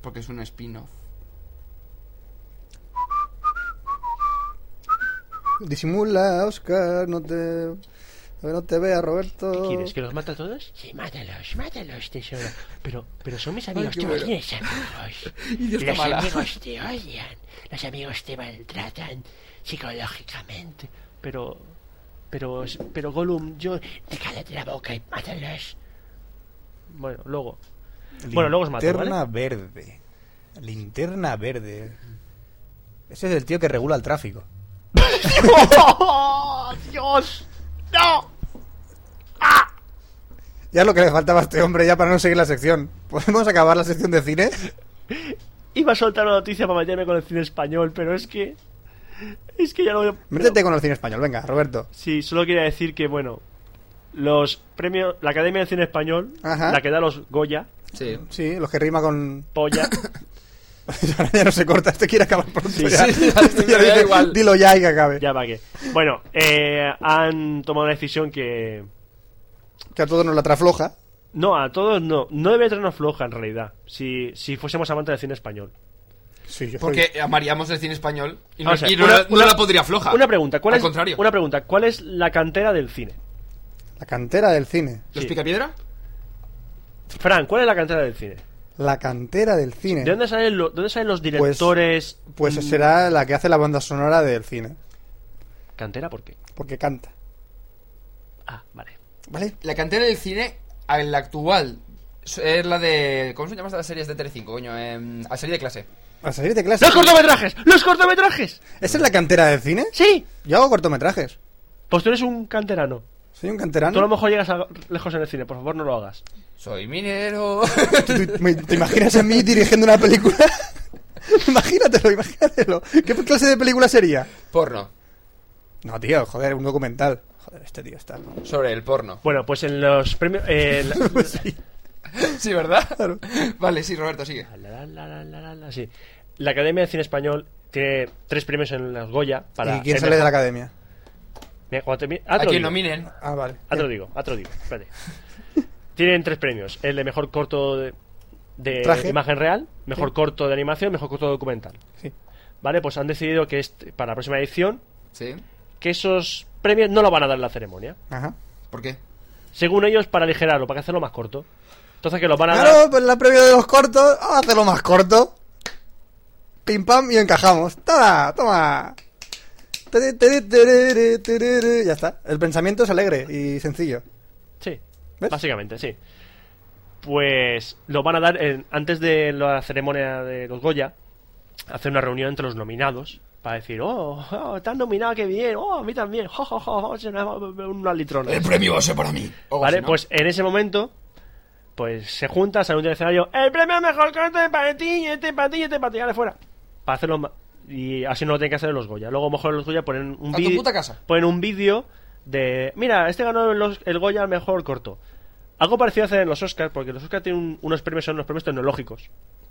S4: porque es un spin-off.
S2: Disimula, Oscar, no te. a ver, No te vea, Roberto.
S4: Oh.
S3: ¿Qué quieres? ¿Que los mate a todos? Sí, mátalos, mátalos, tesoro. Pero, pero son mis amigos,
S4: qué
S3: te
S4: bueno.
S3: tienes amigos.
S4: Dios,
S3: los
S4: qué mala.
S3: amigos te odian, los amigos te maltratan psicológicamente. Pero, pero, pero Gollum, yo... Te cállate la boca y mátalos. Bueno, luego. Bueno, luego os mato,
S2: Linterna
S3: ¿vale?
S2: verde. Linterna verde. Ese es el tío que regula el tráfico.
S3: ¡Oh, Dios! ¡No!
S2: Ya es lo que le faltaba a este hombre ya para no seguir la sección. ¿Podemos acabar la sección de cine?
S3: Iba a soltar una noticia para meterme con el cine español, pero es que. Es que ya lo veo.
S2: Métete con el cine español, venga, Roberto.
S3: Sí, solo quería decir que, bueno, los premios. La Academia de Cine Español,
S2: Ajá.
S3: la que da los Goya,
S4: Sí.
S2: Sí, los que rima con...
S3: polla.
S2: Ahora ya no se corta, este quiere acabar pronto
S3: Sí,
S2: ya.
S4: sí, sí,
S2: Este ya
S4: me da
S2: dice,
S4: igual.
S2: Dilo ya y que acabe.
S3: ya va que. Bueno, eh, han tomado una decisión que.
S2: Que a todos nos la trafloja.
S3: No, a todos no. No debe traernos floja en realidad. Si, si fuésemos amantes del cine español.
S2: Sí, yo soy-
S4: Porque amaríamos el cine español y no,
S3: Vamos a ver,
S4: y no
S3: una-
S4: la, no
S3: una-
S4: la podría floja.
S3: Una pregunta, ¿cuál
S4: Al
S3: es.
S4: contrario.
S3: Una pregunta, ¿cuál es la cantera del cine?
S2: La cantera del cine.
S4: ¿Los
S3: Sí.
S4: picapiedra?
S3: Fran, ¿cuál es la cantera del cine?
S2: La cantera del cine.
S3: ¿De dónde salen, lo- dónde salen los directores?
S2: Pues
S3: mm,
S2: será la que hace la banda sonora del cine.
S3: ¿Cantera por qué?
S2: Porque canta.
S3: Ah, vale.
S2: ¿Vale?
S4: La cantera del cine, a la actual, es la de... ¿Cómo se llaman las series de Telecinco, coño? Em, a salir de clase.
S2: A salir de clase.
S3: ¡Los cortometrajes! ¡Los cortometrajes!
S2: ¿Esa es la cantera del cine?
S3: ¡Sí!
S2: Yo hago cortometrajes.
S3: Pues tú eres un canterano.
S2: Soy un
S3: Tú a lo
S2: canterano.
S3: mejor llegas a- lejos en el cine, por favor no lo hagas.
S4: Soy minero.
S2: ¿Tú- tú- me- ¿Te imaginas a mí dirigiendo una película? imagínatelo, imagínatelo. ¿Qué clase de película sería?
S4: porno.
S2: No, tío, joder, un documental. Joder, este tío está.
S4: Sobre el porno.
S3: Bueno, pues en los premios... eh,
S2: Pues
S3: la-
S4: Sí, ¿verdad? Vale, sí, Roberto, sigue.
S3: la, la, la, la, la, la, sí. La Academia de Cine Español tiene tres premios en los Goya para...
S2: ¿Y quién
S3: el
S2: sale de la
S3: mejor-
S2: academia?
S3: Mira, cuando termine- ah,
S4: A
S3: te lo
S4: quien
S3: digo.
S4: nominen.
S2: Ah, vale.
S3: Ah, te lo digo, ah, te lo digo. Espérate. Tienen tres premios. El de mejor corto de, de
S2: Traje.
S3: imagen real, mejor corto de animación, mejor corto documental.
S2: Sí.
S3: Vale, pues han decidido que este- para la próxima edición
S4: Sí.
S3: que esos premios no lo van a dar en la ceremonia.
S2: Ajá.
S4: ¿Por qué?
S3: Según ellos, para aligerarlo, para hacerlo más corto. Entonces que los van a dar...
S2: Claro, pues la previa de los cortos, vamos a hacerlo más corto. Pim pam y encajamos. Toma, toma. Tere, tere, tere, tere. Ya está. El pensamiento es alegre y sencillo.
S3: Sí,
S2: ¿Ves?
S3: básicamente, sí. Pues lo van a dar en- antes de la ceremonia de los Goya, hacer una reunión entre los nominados Para decir, oh, oh, tan nominado que bien, oh, a mí también, jo, jo, jo, jo, se me ha- una litrona.
S4: Eh,
S1: El premio va a ser para mí. O algo
S3: Vale,
S1: así, ¿no?
S3: pues en ese momento, pues se junta, se anuncia el escenario, el premio al mejor corte para ti, este para ti, este para ti, dale fuera. Para hacerlo ma- y así no lo tienen que hacer en los Goya. Luego a lo mejor en los Goya ponen un
S1: A tu
S3: vídeo.
S1: puta casa.
S3: Ponen un vídeo de mira, este ganó los- el Goya al mejor corto. Algo parecido hacen en los Oscars, porque los Oscars tienen un- unos premios, son los premios tecnológicos.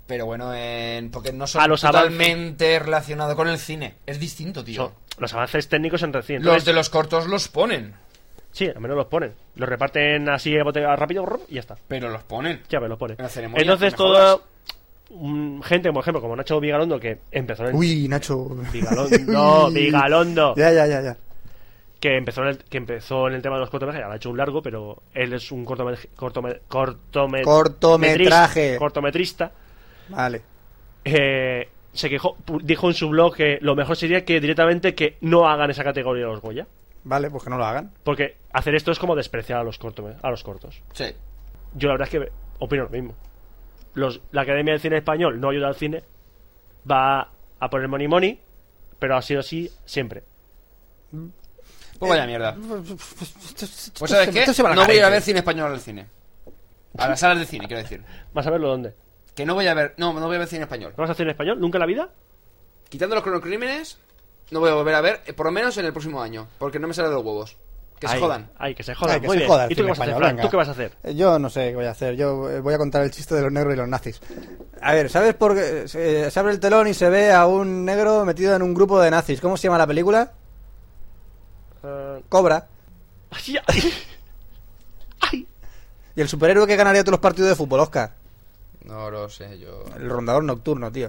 S1: Pero bueno, en... porque no son
S3: A los
S1: totalmente relacionado con el cine. Es distinto, tío.
S3: Son los avances técnicos en recién.
S1: Los de los cortos los ponen,
S3: Sí, al menos los ponen. Los reparten así a bote- rápido rup, y ya está.
S1: pero los ponen.
S3: Ya me los pone.
S1: En la ceremonia,
S3: Entonces
S1: no
S3: toda
S1: jodas.
S3: mm, gente, por ejemplo, como Nacho Vigalondo, que empezó en el,
S2: Uy, Nacho.
S3: Vigalondo,
S2: Uy.
S3: Vigalondo.
S2: Ya, ya, ya, ya.
S3: que empezó en el, que empezó en el tema de los cortometrajes, ahora ha hecho un largo, pero él es un cortometraje
S2: Cortometraje.
S3: cortometrista.
S2: Vale.
S3: eh, se quejó, pu- dijo en su blog que lo mejor sería que directamente que no hagan esa categoría los Goya.
S2: Vale, pues que no lo hagan.
S3: Porque hacer esto es como despreciar a los, cortome- a los cortos.
S1: Sí.
S3: Yo la verdad es que opino lo mismo. Los, la Academia del Cine Español no ayuda al cine, va a poner money money, pero ha sido así siempre.
S1: Pues vaya mierda.
S4: Eh,
S1: Pues ¿sabes qué? No voy a ir a ver cine español al cine. A las salas de cine, quiero decir.
S3: Vas a verlo dónde.
S1: Que no voy a ver... No, no voy a ver cine español.
S3: ¿No vas a hacer en español? ¿Nunca en la vida?
S1: Quitando los cronocrímenes, no voy a volver a ver, eh, por lo menos en el próximo año. Porque no me sale de los huevos. Que se
S3: Ay,
S1: jodan.
S3: Ay, que se jodan.
S2: Ay, que
S3: muy
S2: se
S3: bien.
S2: joda el
S3: ¿Y tú
S2: cine
S3: qué vas a hacer,
S2: español,
S3: Fran?
S2: venga.
S3: ¿Tú qué vas a hacer?
S2: Eh, Yo no sé qué voy a hacer. Yo eh, voy a contar el chiste de los negros y los nazis. A ver, ¿sabes por qué? Se, se abre el telón y se ve a un negro metido en un grupo de nazis. ¿Cómo se llama la
S8: Ah.
S2: película?
S3: Eh,
S2: Cobra.
S3: ay, ay. Ay.
S2: Y el superhéroe que ganaría todos los partidos de fútbol, Oscar.
S1: No lo sé, yo...
S2: El rondador nocturno, tío.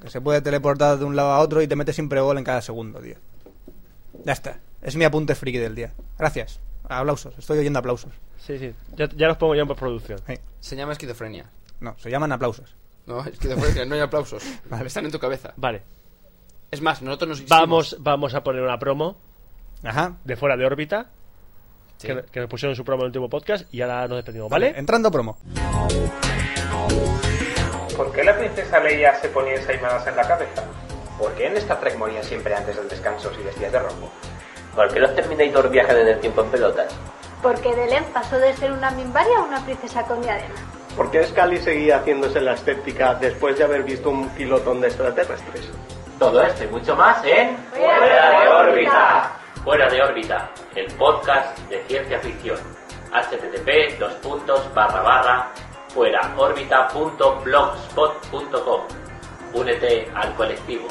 S2: Que se puede teleportar de un lado a otro y te mete siempre gol en cada segundo, tío. Ya está. Es mi apunte friki del día. Gracias. Aplausos. Estoy oyendo aplausos.
S3: Sí, sí. Ya, ya los pongo yo en postproducción.
S2: Sí.
S1: Se llama esquizofrenia.
S2: No, se llaman aplausos.
S1: No, esquizofrenia, no hay aplausos.
S2: Vale.
S1: Están en tu cabeza.
S3: Vale.
S1: Es más, nosotros nos hicimos-
S3: Vamos, vamos a poner una promo
S2: Ajá.
S3: de fuera de órbita.
S1: Sí.
S3: Que, que nos pusieron su promo en el último podcast y ahora nos despedimos, ¿vale?
S2: Entrando promo.
S9: ¿Por qué la princesa Leia se ponía ensaimadas en la cabeza? ¿Por qué en Star Trek morían siempre antes del descanso si vestías de rojo?
S10: ¿Por qué los Terminator viajan en el tiempo en pelotas?
S5: Porque Delem pasó de ser una mimbaria a una princesa con diadema.
S8: ¿Por qué Scully seguía haciéndose la escéptica después de haber visto un pilotón de extraterrestres?
S10: Todo esto y mucho más en
S5: Fuera de órbita.
S10: Fuera de órbita, el podcast de ciencia ficción. http dos puntos barra barra fuera órbita.blogspot.com. Únete al colectivo.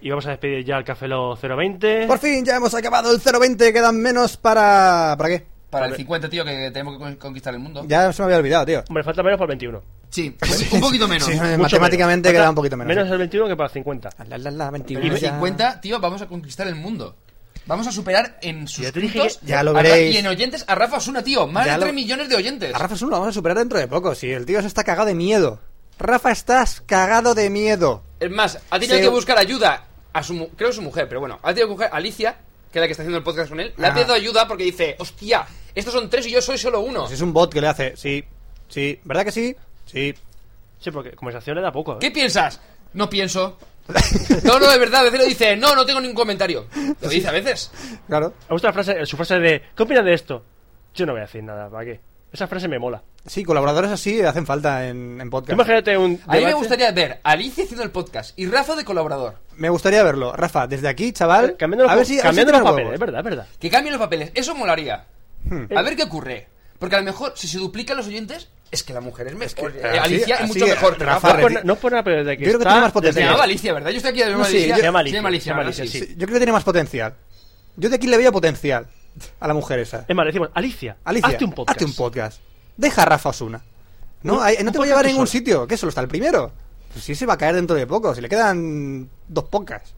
S3: Y vamos a despedir ya al Café Lo 020.
S2: Por fin, ya hemos acabado el 020. Quedan menos para. ¿Para qué?
S1: Para el 50, tío, que tenemos que con- conquistar el mundo.
S2: Ya se me había olvidado, tío.
S3: Hombre, falta menos para el 21.
S1: Sí, un- un poquito menos.
S2: Sí,
S1: Pero
S3: Mucho
S2: matemáticamente
S3: menos.
S2: queda
S3: Falta
S2: un poquito menos.
S3: Menos el 21 que para el 50.
S2: La, la, la, 21
S1: en el
S2: ya.
S1: 50, tío, vamos a conquistar el mundo. Vamos a superar en sus
S3: Ya te dije que-
S2: ya lo veréis.
S1: Y en oyentes a Rafa Osuna, tío. Más
S2: Ya
S1: de
S2: lo-
S1: 3 millones de oyentes.
S2: A Rafa Sun lo vamos a superar dentro de poco. Si el tío se está cagado de miedo. Rafa, estás cagado de miedo.
S1: Es más, ha tenido
S2: Sí.
S1: que buscar ayuda a su mu- creo que es su mujer, pero bueno, ha tenido que buscar a Alicia, que es la que está haciendo el podcast con él. Le
S2: Ah.
S1: ha pedido ayuda porque dice, hostia, estos son tres y yo soy solo uno.
S2: Pues es un bot que le hace, sí, sí, ¿verdad que sí? Sí.
S3: Sí, porque conversación le da poco. ¿eh?
S1: ¿Qué piensas? No pienso. No, no, es verdad, a veces lo dice, no, no tengo ningún comentario. Lo dice a veces.
S2: Claro.
S3: Me gusta la frase, su frase de ¿Qué opinas de esto? Yo no voy a decir nada, ¿para qué? Esa frase me mola.
S2: Sí, colaboradores así hacen falta en, en
S3: Tú
S2: podcast.
S3: imagínate un.
S1: A mí me
S3: debate-
S1: gustaría ver a Alicia haciendo el podcast y Rafa de colaborador.
S2: Me gustaría verlo. Rafa, desde aquí, chaval.
S3: Eh, Cambiando los,
S2: a ver
S3: pa-
S2: si, a ver si
S3: cambiando los
S2: tienen
S3: papeles, es
S2: huevos.
S3: verdad, es verdad.
S1: Que cambien los papeles, eso molaría. A ver qué ocurre. Porque a lo mejor, si se duplican los oyentes, es que la mujer es mejor. Eh,
S2: así-
S1: Alicia
S2: así,
S1: es mucho mejor que
S2: Rafa
S1: Rafa.
S2: Redi-
S3: No pone- No pone nada, pero de que
S2: Yo creo que
S3: está
S2: tiene más
S1: Se
S2: potencial.
S1: llamaba Alicia, ¿verdad? Yo estoy aquí de
S2: No, sí, yo- Se
S3: llama Alicia,
S1: Se llama Alicia,
S3: se llama
S1: ¿verdad?
S3: Alicia,
S1: Sí,
S3: sí.
S1: sí.
S2: Yo creo que tiene más potencial. Yo de aquí le veía potencial a la mujer esa.
S3: Es más, le decimos, Alicia,
S2: Alicia,
S3: hazte un podcast.
S2: podcast. Deja a Rafa Osuna. No,
S3: Un-
S2: ahí- no
S3: un
S2: te va a llevar a
S3: podcast tú
S2: ningún
S3: solo.
S2: sitio, que solo está el primero. Pues sí, se va a caer dentro de poco, si le quedan dos podcasts.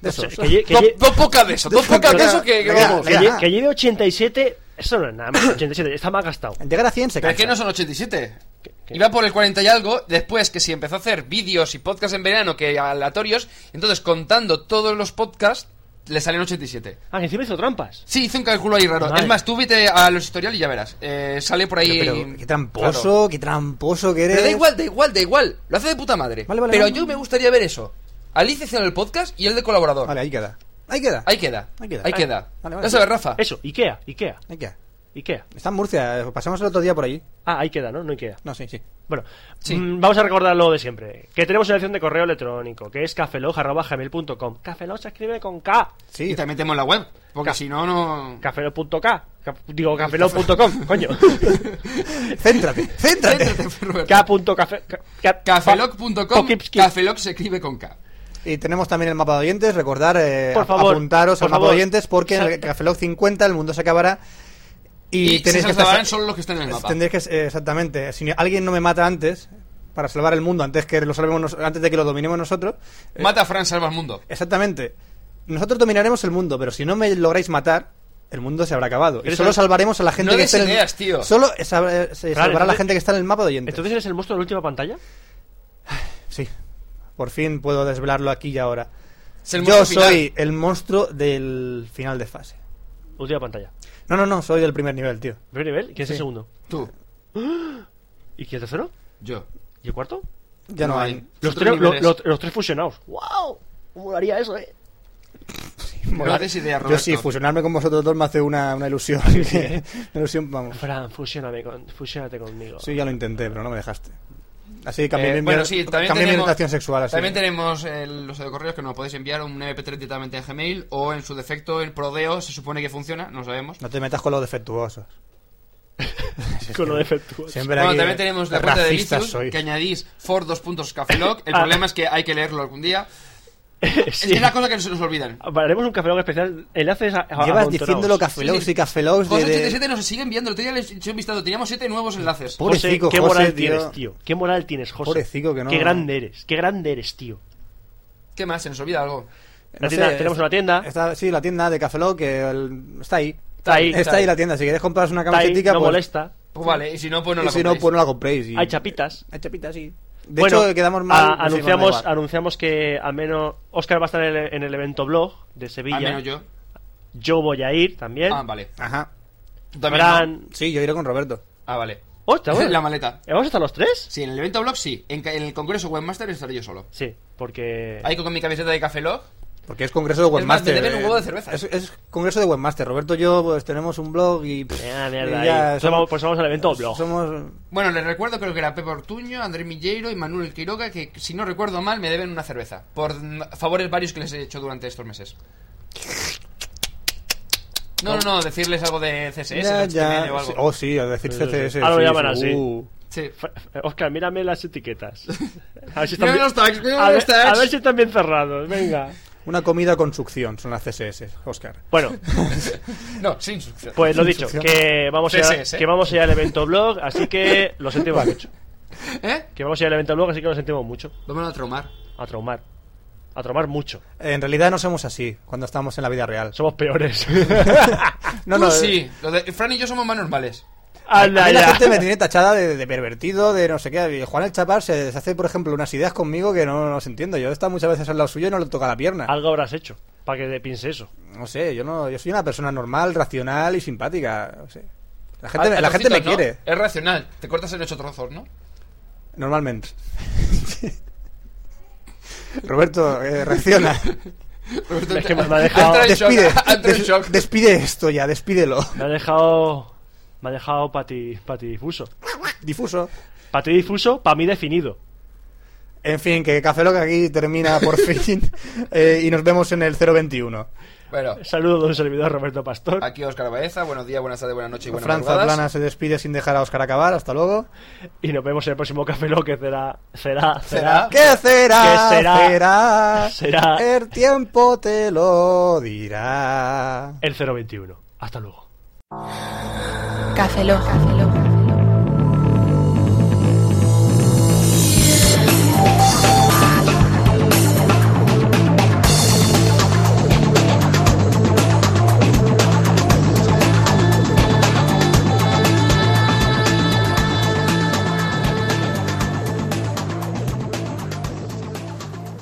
S2: De
S3: No sé,
S2: esos.
S3: que lle- que
S1: Dos-
S3: lle-
S1: Dos pocas de eso, dos pocas de eso que, que
S2: Venga,
S1: vamos.
S3: que
S2: venga.
S1: Pero
S3: lle- que lleve 87, eso no es nada más, 87, está más gastado.
S2: Llegar a 100 se
S1: es
S2: cansa.
S1: que no son 87.
S3: que-
S1: Iba por el 40 y algo, después que si empezó a hacer vídeos y podcasts en verano que aleatorios, entonces contando todos los podcasts, le salieron 87.
S3: Ah, que encima hizo trampas.
S1: Sí, hice un cálculo ahí raro.
S3: Vale.
S1: Es más, tú vete a los historial y ya verás. Eh, sale por ahí.
S2: Pero, pero, qué tramposo,
S1: Claro.
S2: qué tramposo que eres.
S1: Pero da igual, da igual, da igual. Lo hace de puta madre.
S2: Vale, vale,
S1: pero
S2: vale.
S1: yo me gustaría ver eso. Alice haciendo el podcast y él de colaborador.
S2: Vale, ahí queda. Ahí queda.
S1: Ahí queda.
S2: Ahí queda.
S1: Ahí
S2: Vale.
S1: queda.
S2: Vale, vale.
S1: Ya sabes, Rafa.
S3: Eso, Ikea, Ikea,
S2: Ahí queda.
S3: Ikea.
S2: Está en Murcia, eh, pasamos el otro día por allí.
S3: Ah, ahí queda, ¿no? No Ikea.
S2: No, sí, sí.
S3: Bueno,
S1: Sí.
S3: mm, vamos a recordar lo de siempre. Que tenemos una dirección de correo electrónico, que es cafelog.gmail.com. Cafelog se escribe con K.
S2: Sí,
S1: te metemos en la web. Porque
S3: Ca-
S1: si no, no.
S3: Cafelog.k. Ca- Digo, cafelog.com, coño.
S2: céntrate, céntrate.
S1: Céntrate, Ferber.
S3: K.cafe... ca- ca-
S1: Cafelog.com.
S3: Pokipski.
S1: Cafelog se escribe con K.
S2: Y tenemos también el mapa de oyentes, recordar, eh,
S3: Por
S2: ap-
S3: favor,
S2: apuntaros
S3: por
S2: al mapa
S3: favor.
S2: de oyentes porque en el
S3: Exacto.
S2: Café Lock 50 el mundo se acabará y,
S1: Y
S2: tenéis
S1: se
S2: que
S1: salvarán
S2: estar...
S1: solo los que estén en el mapa.
S2: Tendréis que, eh, exactamente, si alguien no me mata antes, para salvar el mundo, antes, que lo salvemos nos- antes de que lo dominemos nosotros, eh,
S1: Mata a Fran, salva al mundo.
S2: exactamente, nosotros dominaremos el mundo, pero si no me lográis matar, el mundo se habrá acabado. Y
S3: Pero
S2: solo
S3: eso-
S2: salvaremos a la gente
S1: No
S2: que
S1: des
S2: está en el...
S1: ideas, tío.
S2: Solo eh, sal- eh, se
S3: Claro,
S2: salvará la
S3: entonces-
S2: gente que está en el mapa de oyentes.
S3: Entonces eres el monstruo de la última pantalla.
S2: Sí, por fin puedo desvelarlo aquí y ahora.
S1: Es el
S2: Yo
S1: mundo final.
S2: soy el monstruo del final de fase.
S3: Última pantalla.
S2: No, no, no, soy del primer nivel, tío.
S3: ¿Primer nivel? ¿Quién es
S2: Sí.
S3: el segundo?
S1: Tú,
S3: ¿Y quién es el tercero?
S1: yo.
S3: ¿Y el cuarto?
S2: Ya no, hay.
S1: Son tres
S3: Los tres, lo-
S1: niveles.
S3: lo- los tres fusionados. ¡Wow! ¿Cómo daría eso, eh?
S1: No haces idea,
S2: Yo
S1: Roberto.
S2: sí, fusionarme con vosotros dos me hace una, una ilusión. una ilusión, vamos.
S3: Fran, fusioname con, fusionate conmigo.
S2: Sí, ya lo intenté, pero no me dejaste. Así que cambié,
S1: Eh,
S2: mi,
S1: bueno, sí, también
S2: cambié mi
S1: tenemos-
S2: orientación sexual. Así.
S1: También tenemos eh, los de correos que nos podéis enviar un MP3 directamente a Gmail o en su defecto el Prodeo se supone que funciona, no sabemos.
S2: No te metas con los defectuosos.
S3: Con lo defectuoso.
S2: Siempre
S1: Bueno,
S2: aquí,
S1: también
S2: eh,
S1: tenemos la cuenta de
S2: racistas
S1: Licious
S2: sois.
S1: que añadís for dos puntos cafelog. El
S3: Ah.
S1: problema es que hay que leerlo algún día.
S3: Sí.
S1: Es la cosa que se nos olvidan.
S3: Haremos un café Lock especial. Enlaces a. a-
S2: Llevas
S3: Ah, amontonados.
S2: diciéndolo Café Logs
S1: Sí.
S2: y Café Logs de-
S1: José
S2: de-
S1: 87 nos siguen viendo, el otro día les eché un vistazo, teníamos 7 nuevos enlaces.
S2: Pobre
S3: José,
S2: cico,
S3: qué
S2: José,
S3: moral
S2: tío.
S3: tienes, tío. Qué moral tienes, José.
S2: Pobrecico que no-
S3: Qué grande eres. Qué grande eres, tío.
S1: ¿Qué más? Se nos olvida algo.
S2: no
S3: La
S2: sé,
S3: tienda- tenemos una tienda.
S2: está- sí, la tienda de Café Lock que el- está ahí.
S3: Está ahí,
S2: Está
S3: está
S2: ahí
S3: ahí.
S2: la tienda. Si queréis compraros una
S3: Está ahí,
S2: camiseta,
S3: no
S2: pues,
S3: molesta.
S1: Pues vale, y si no, pues no
S2: y
S1: la
S2: si no,
S1: compréis.
S2: pues no la compráis. y-
S3: Hay chapitas.
S2: Hay chapitas, sí. De
S3: Bueno,
S2: hecho, quedamos mal.
S3: a-
S2: no sé,
S3: anunciamos,
S2: no da igual.
S3: anunciamos que al menos Oscar va a estar en el, en el evento blog de Sevilla.
S1: Al menos yo.
S3: Yo voy a ir
S2: ¿Eh?
S3: también.
S1: Ah, vale.
S2: Ajá.
S1: Tú también no.
S3: Fran. Oh,
S2: Sí, yo iré con Roberto.
S1: Ah, vale.
S3: ¡Ostras, bueno.
S1: La maleta.
S3: ¿Vamos a estar los tres?
S1: Sí, en el evento blog sí. En, ca- en el congreso webmaster estaré yo solo.
S3: Sí, porque.
S1: Ahí con mi camiseta de Café Log.
S2: Porque es congreso de
S1: Es más,
S2: webmaster.
S1: me deben
S2: eh,
S1: un huevo de cerveza.
S2: Es, es congreso de webmaster. Roberto y yo pues, tenemos un blog y. pff,
S3: Ah,
S2: y
S3: mierda,
S2: ya
S3: ahí. Entonces vamos- pues vamos al evento blog.
S2: Somos.
S1: Bueno, les recuerdo creo que era Pepe Ortuño, André Milleiro y Manuel Quiroga que, si no recuerdo mal, me deben una cerveza. Por mm, favores varios que les he hecho durante estos meses. No, no, no, decirles algo de CSS,
S2: Ya,
S1: HTML
S2: ya.
S1: o algo.
S2: Oh, sí, a decir
S3: Sí, sí, sí.
S2: CSS.
S3: Ahora lo
S2: sí,
S3: llaman
S2: sí,
S3: así.
S2: uh.
S1: Sí.
S3: Fra- Oscar, mírame las etiquetas. A ver si
S1: Mírame
S3: bien-
S1: los tags, mírame
S3: a ver-
S1: los tags.
S3: a ver si están bien cerrados, venga.
S2: Una comida con succión son las CSS, Oscar.
S3: Bueno,
S1: No, sin instrucción.
S3: pues lo dicho, que vamos,
S1: Sí,
S3: a,
S1: sí, sí.
S3: que vamos a ir al evento blog, así que lo sentimos mucho.
S1: ¿Eh?
S3: Que vamos a ir al evento blog, así que lo sentimos mucho.
S1: Vamos a traumar.
S3: A traumar. A traumar mucho.
S2: En realidad no somos así cuando estamos en la vida real.
S3: Somos peores.
S2: No,
S1: Tú
S2: no. eh.
S1: sí. Lo de Fran y yo somos más normales.
S2: A
S3: Anda
S2: mí la
S3: ya.
S2: gente me tiene tachada de, de pervertido, de no sé qué. Y Juan el Chapar se deshace, por ejemplo, unas ideas conmigo que no, no las entiendo. Yo he estado muchas veces al lado suyo y no le toca la pierna.
S3: Algo habrás hecho para que te piense eso.
S2: No sé, yo no, yo soy una persona normal, racional y simpática. no sé. La gente,
S1: Al-
S2: la gente me
S1: trocitos, ¿no?
S2: quiere,
S1: Es racional. Te cortas en ocho trozos, ¿no?
S2: normalmente. Roberto, eh, reacciona.
S1: Roberto,
S3: Es que me
S1: entra-
S3: ha dejado-
S1: entra en shock,
S2: despide,
S1: entra en
S2: des-
S1: shock.
S2: despide esto ya, despídelo.
S3: Me ha dejado. Me ha dejado pati, patidifuso.
S2: Difuso.
S3: Patidifuso, para mí definido.
S2: En fin, que Café Lock aquí termina por fin eh, y nos vemos en el 021.
S1: Bueno,
S3: Saludos de un servidor, Roberto Pastor.
S1: aquí Oscar Baeza. Buenos días, buenas tardes, buenas noches y buenas
S2: Franza
S1: madrugadas.
S2: Plana se despide sin dejar a Oscar acabar, hasta luego.
S3: Y nos vemos en el próximo Café Lock, que será. Será. Será.
S2: ¿Qué será?
S3: ¿Qué será?
S2: será?
S3: Será.
S2: El tiempo te lo dirá.
S3: El 021. Hasta luego.
S6: Café Lock.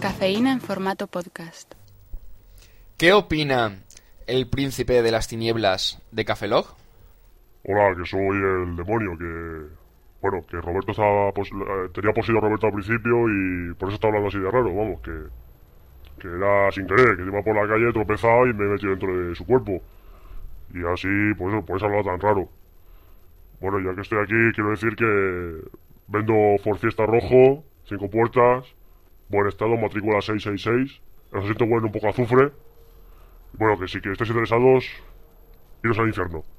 S6: Cafeína en formato podcast.
S1: ¿Qué opina el príncipe de las tinieblas de Café Log?
S7: Hola, que soy el demonio, que... Bueno, que Roberto estaba... pos- eh, tenía poseído a Roberto al principio y por eso está hablando así de raro, vamos, que... Que era sin querer, que iba por la calle, he tropezado y me he metido dentro de su cuerpo. Y así, por eso, por eso hablaba tan raro. Bueno, ya que estoy aquí, quiero decir que... Vendo Ford Fiesta rojo, cinco puertas, buen estado, matrícula 666, el asiento bueno un poco azufre. Bueno, que si que estáis interesados, iros al infierno.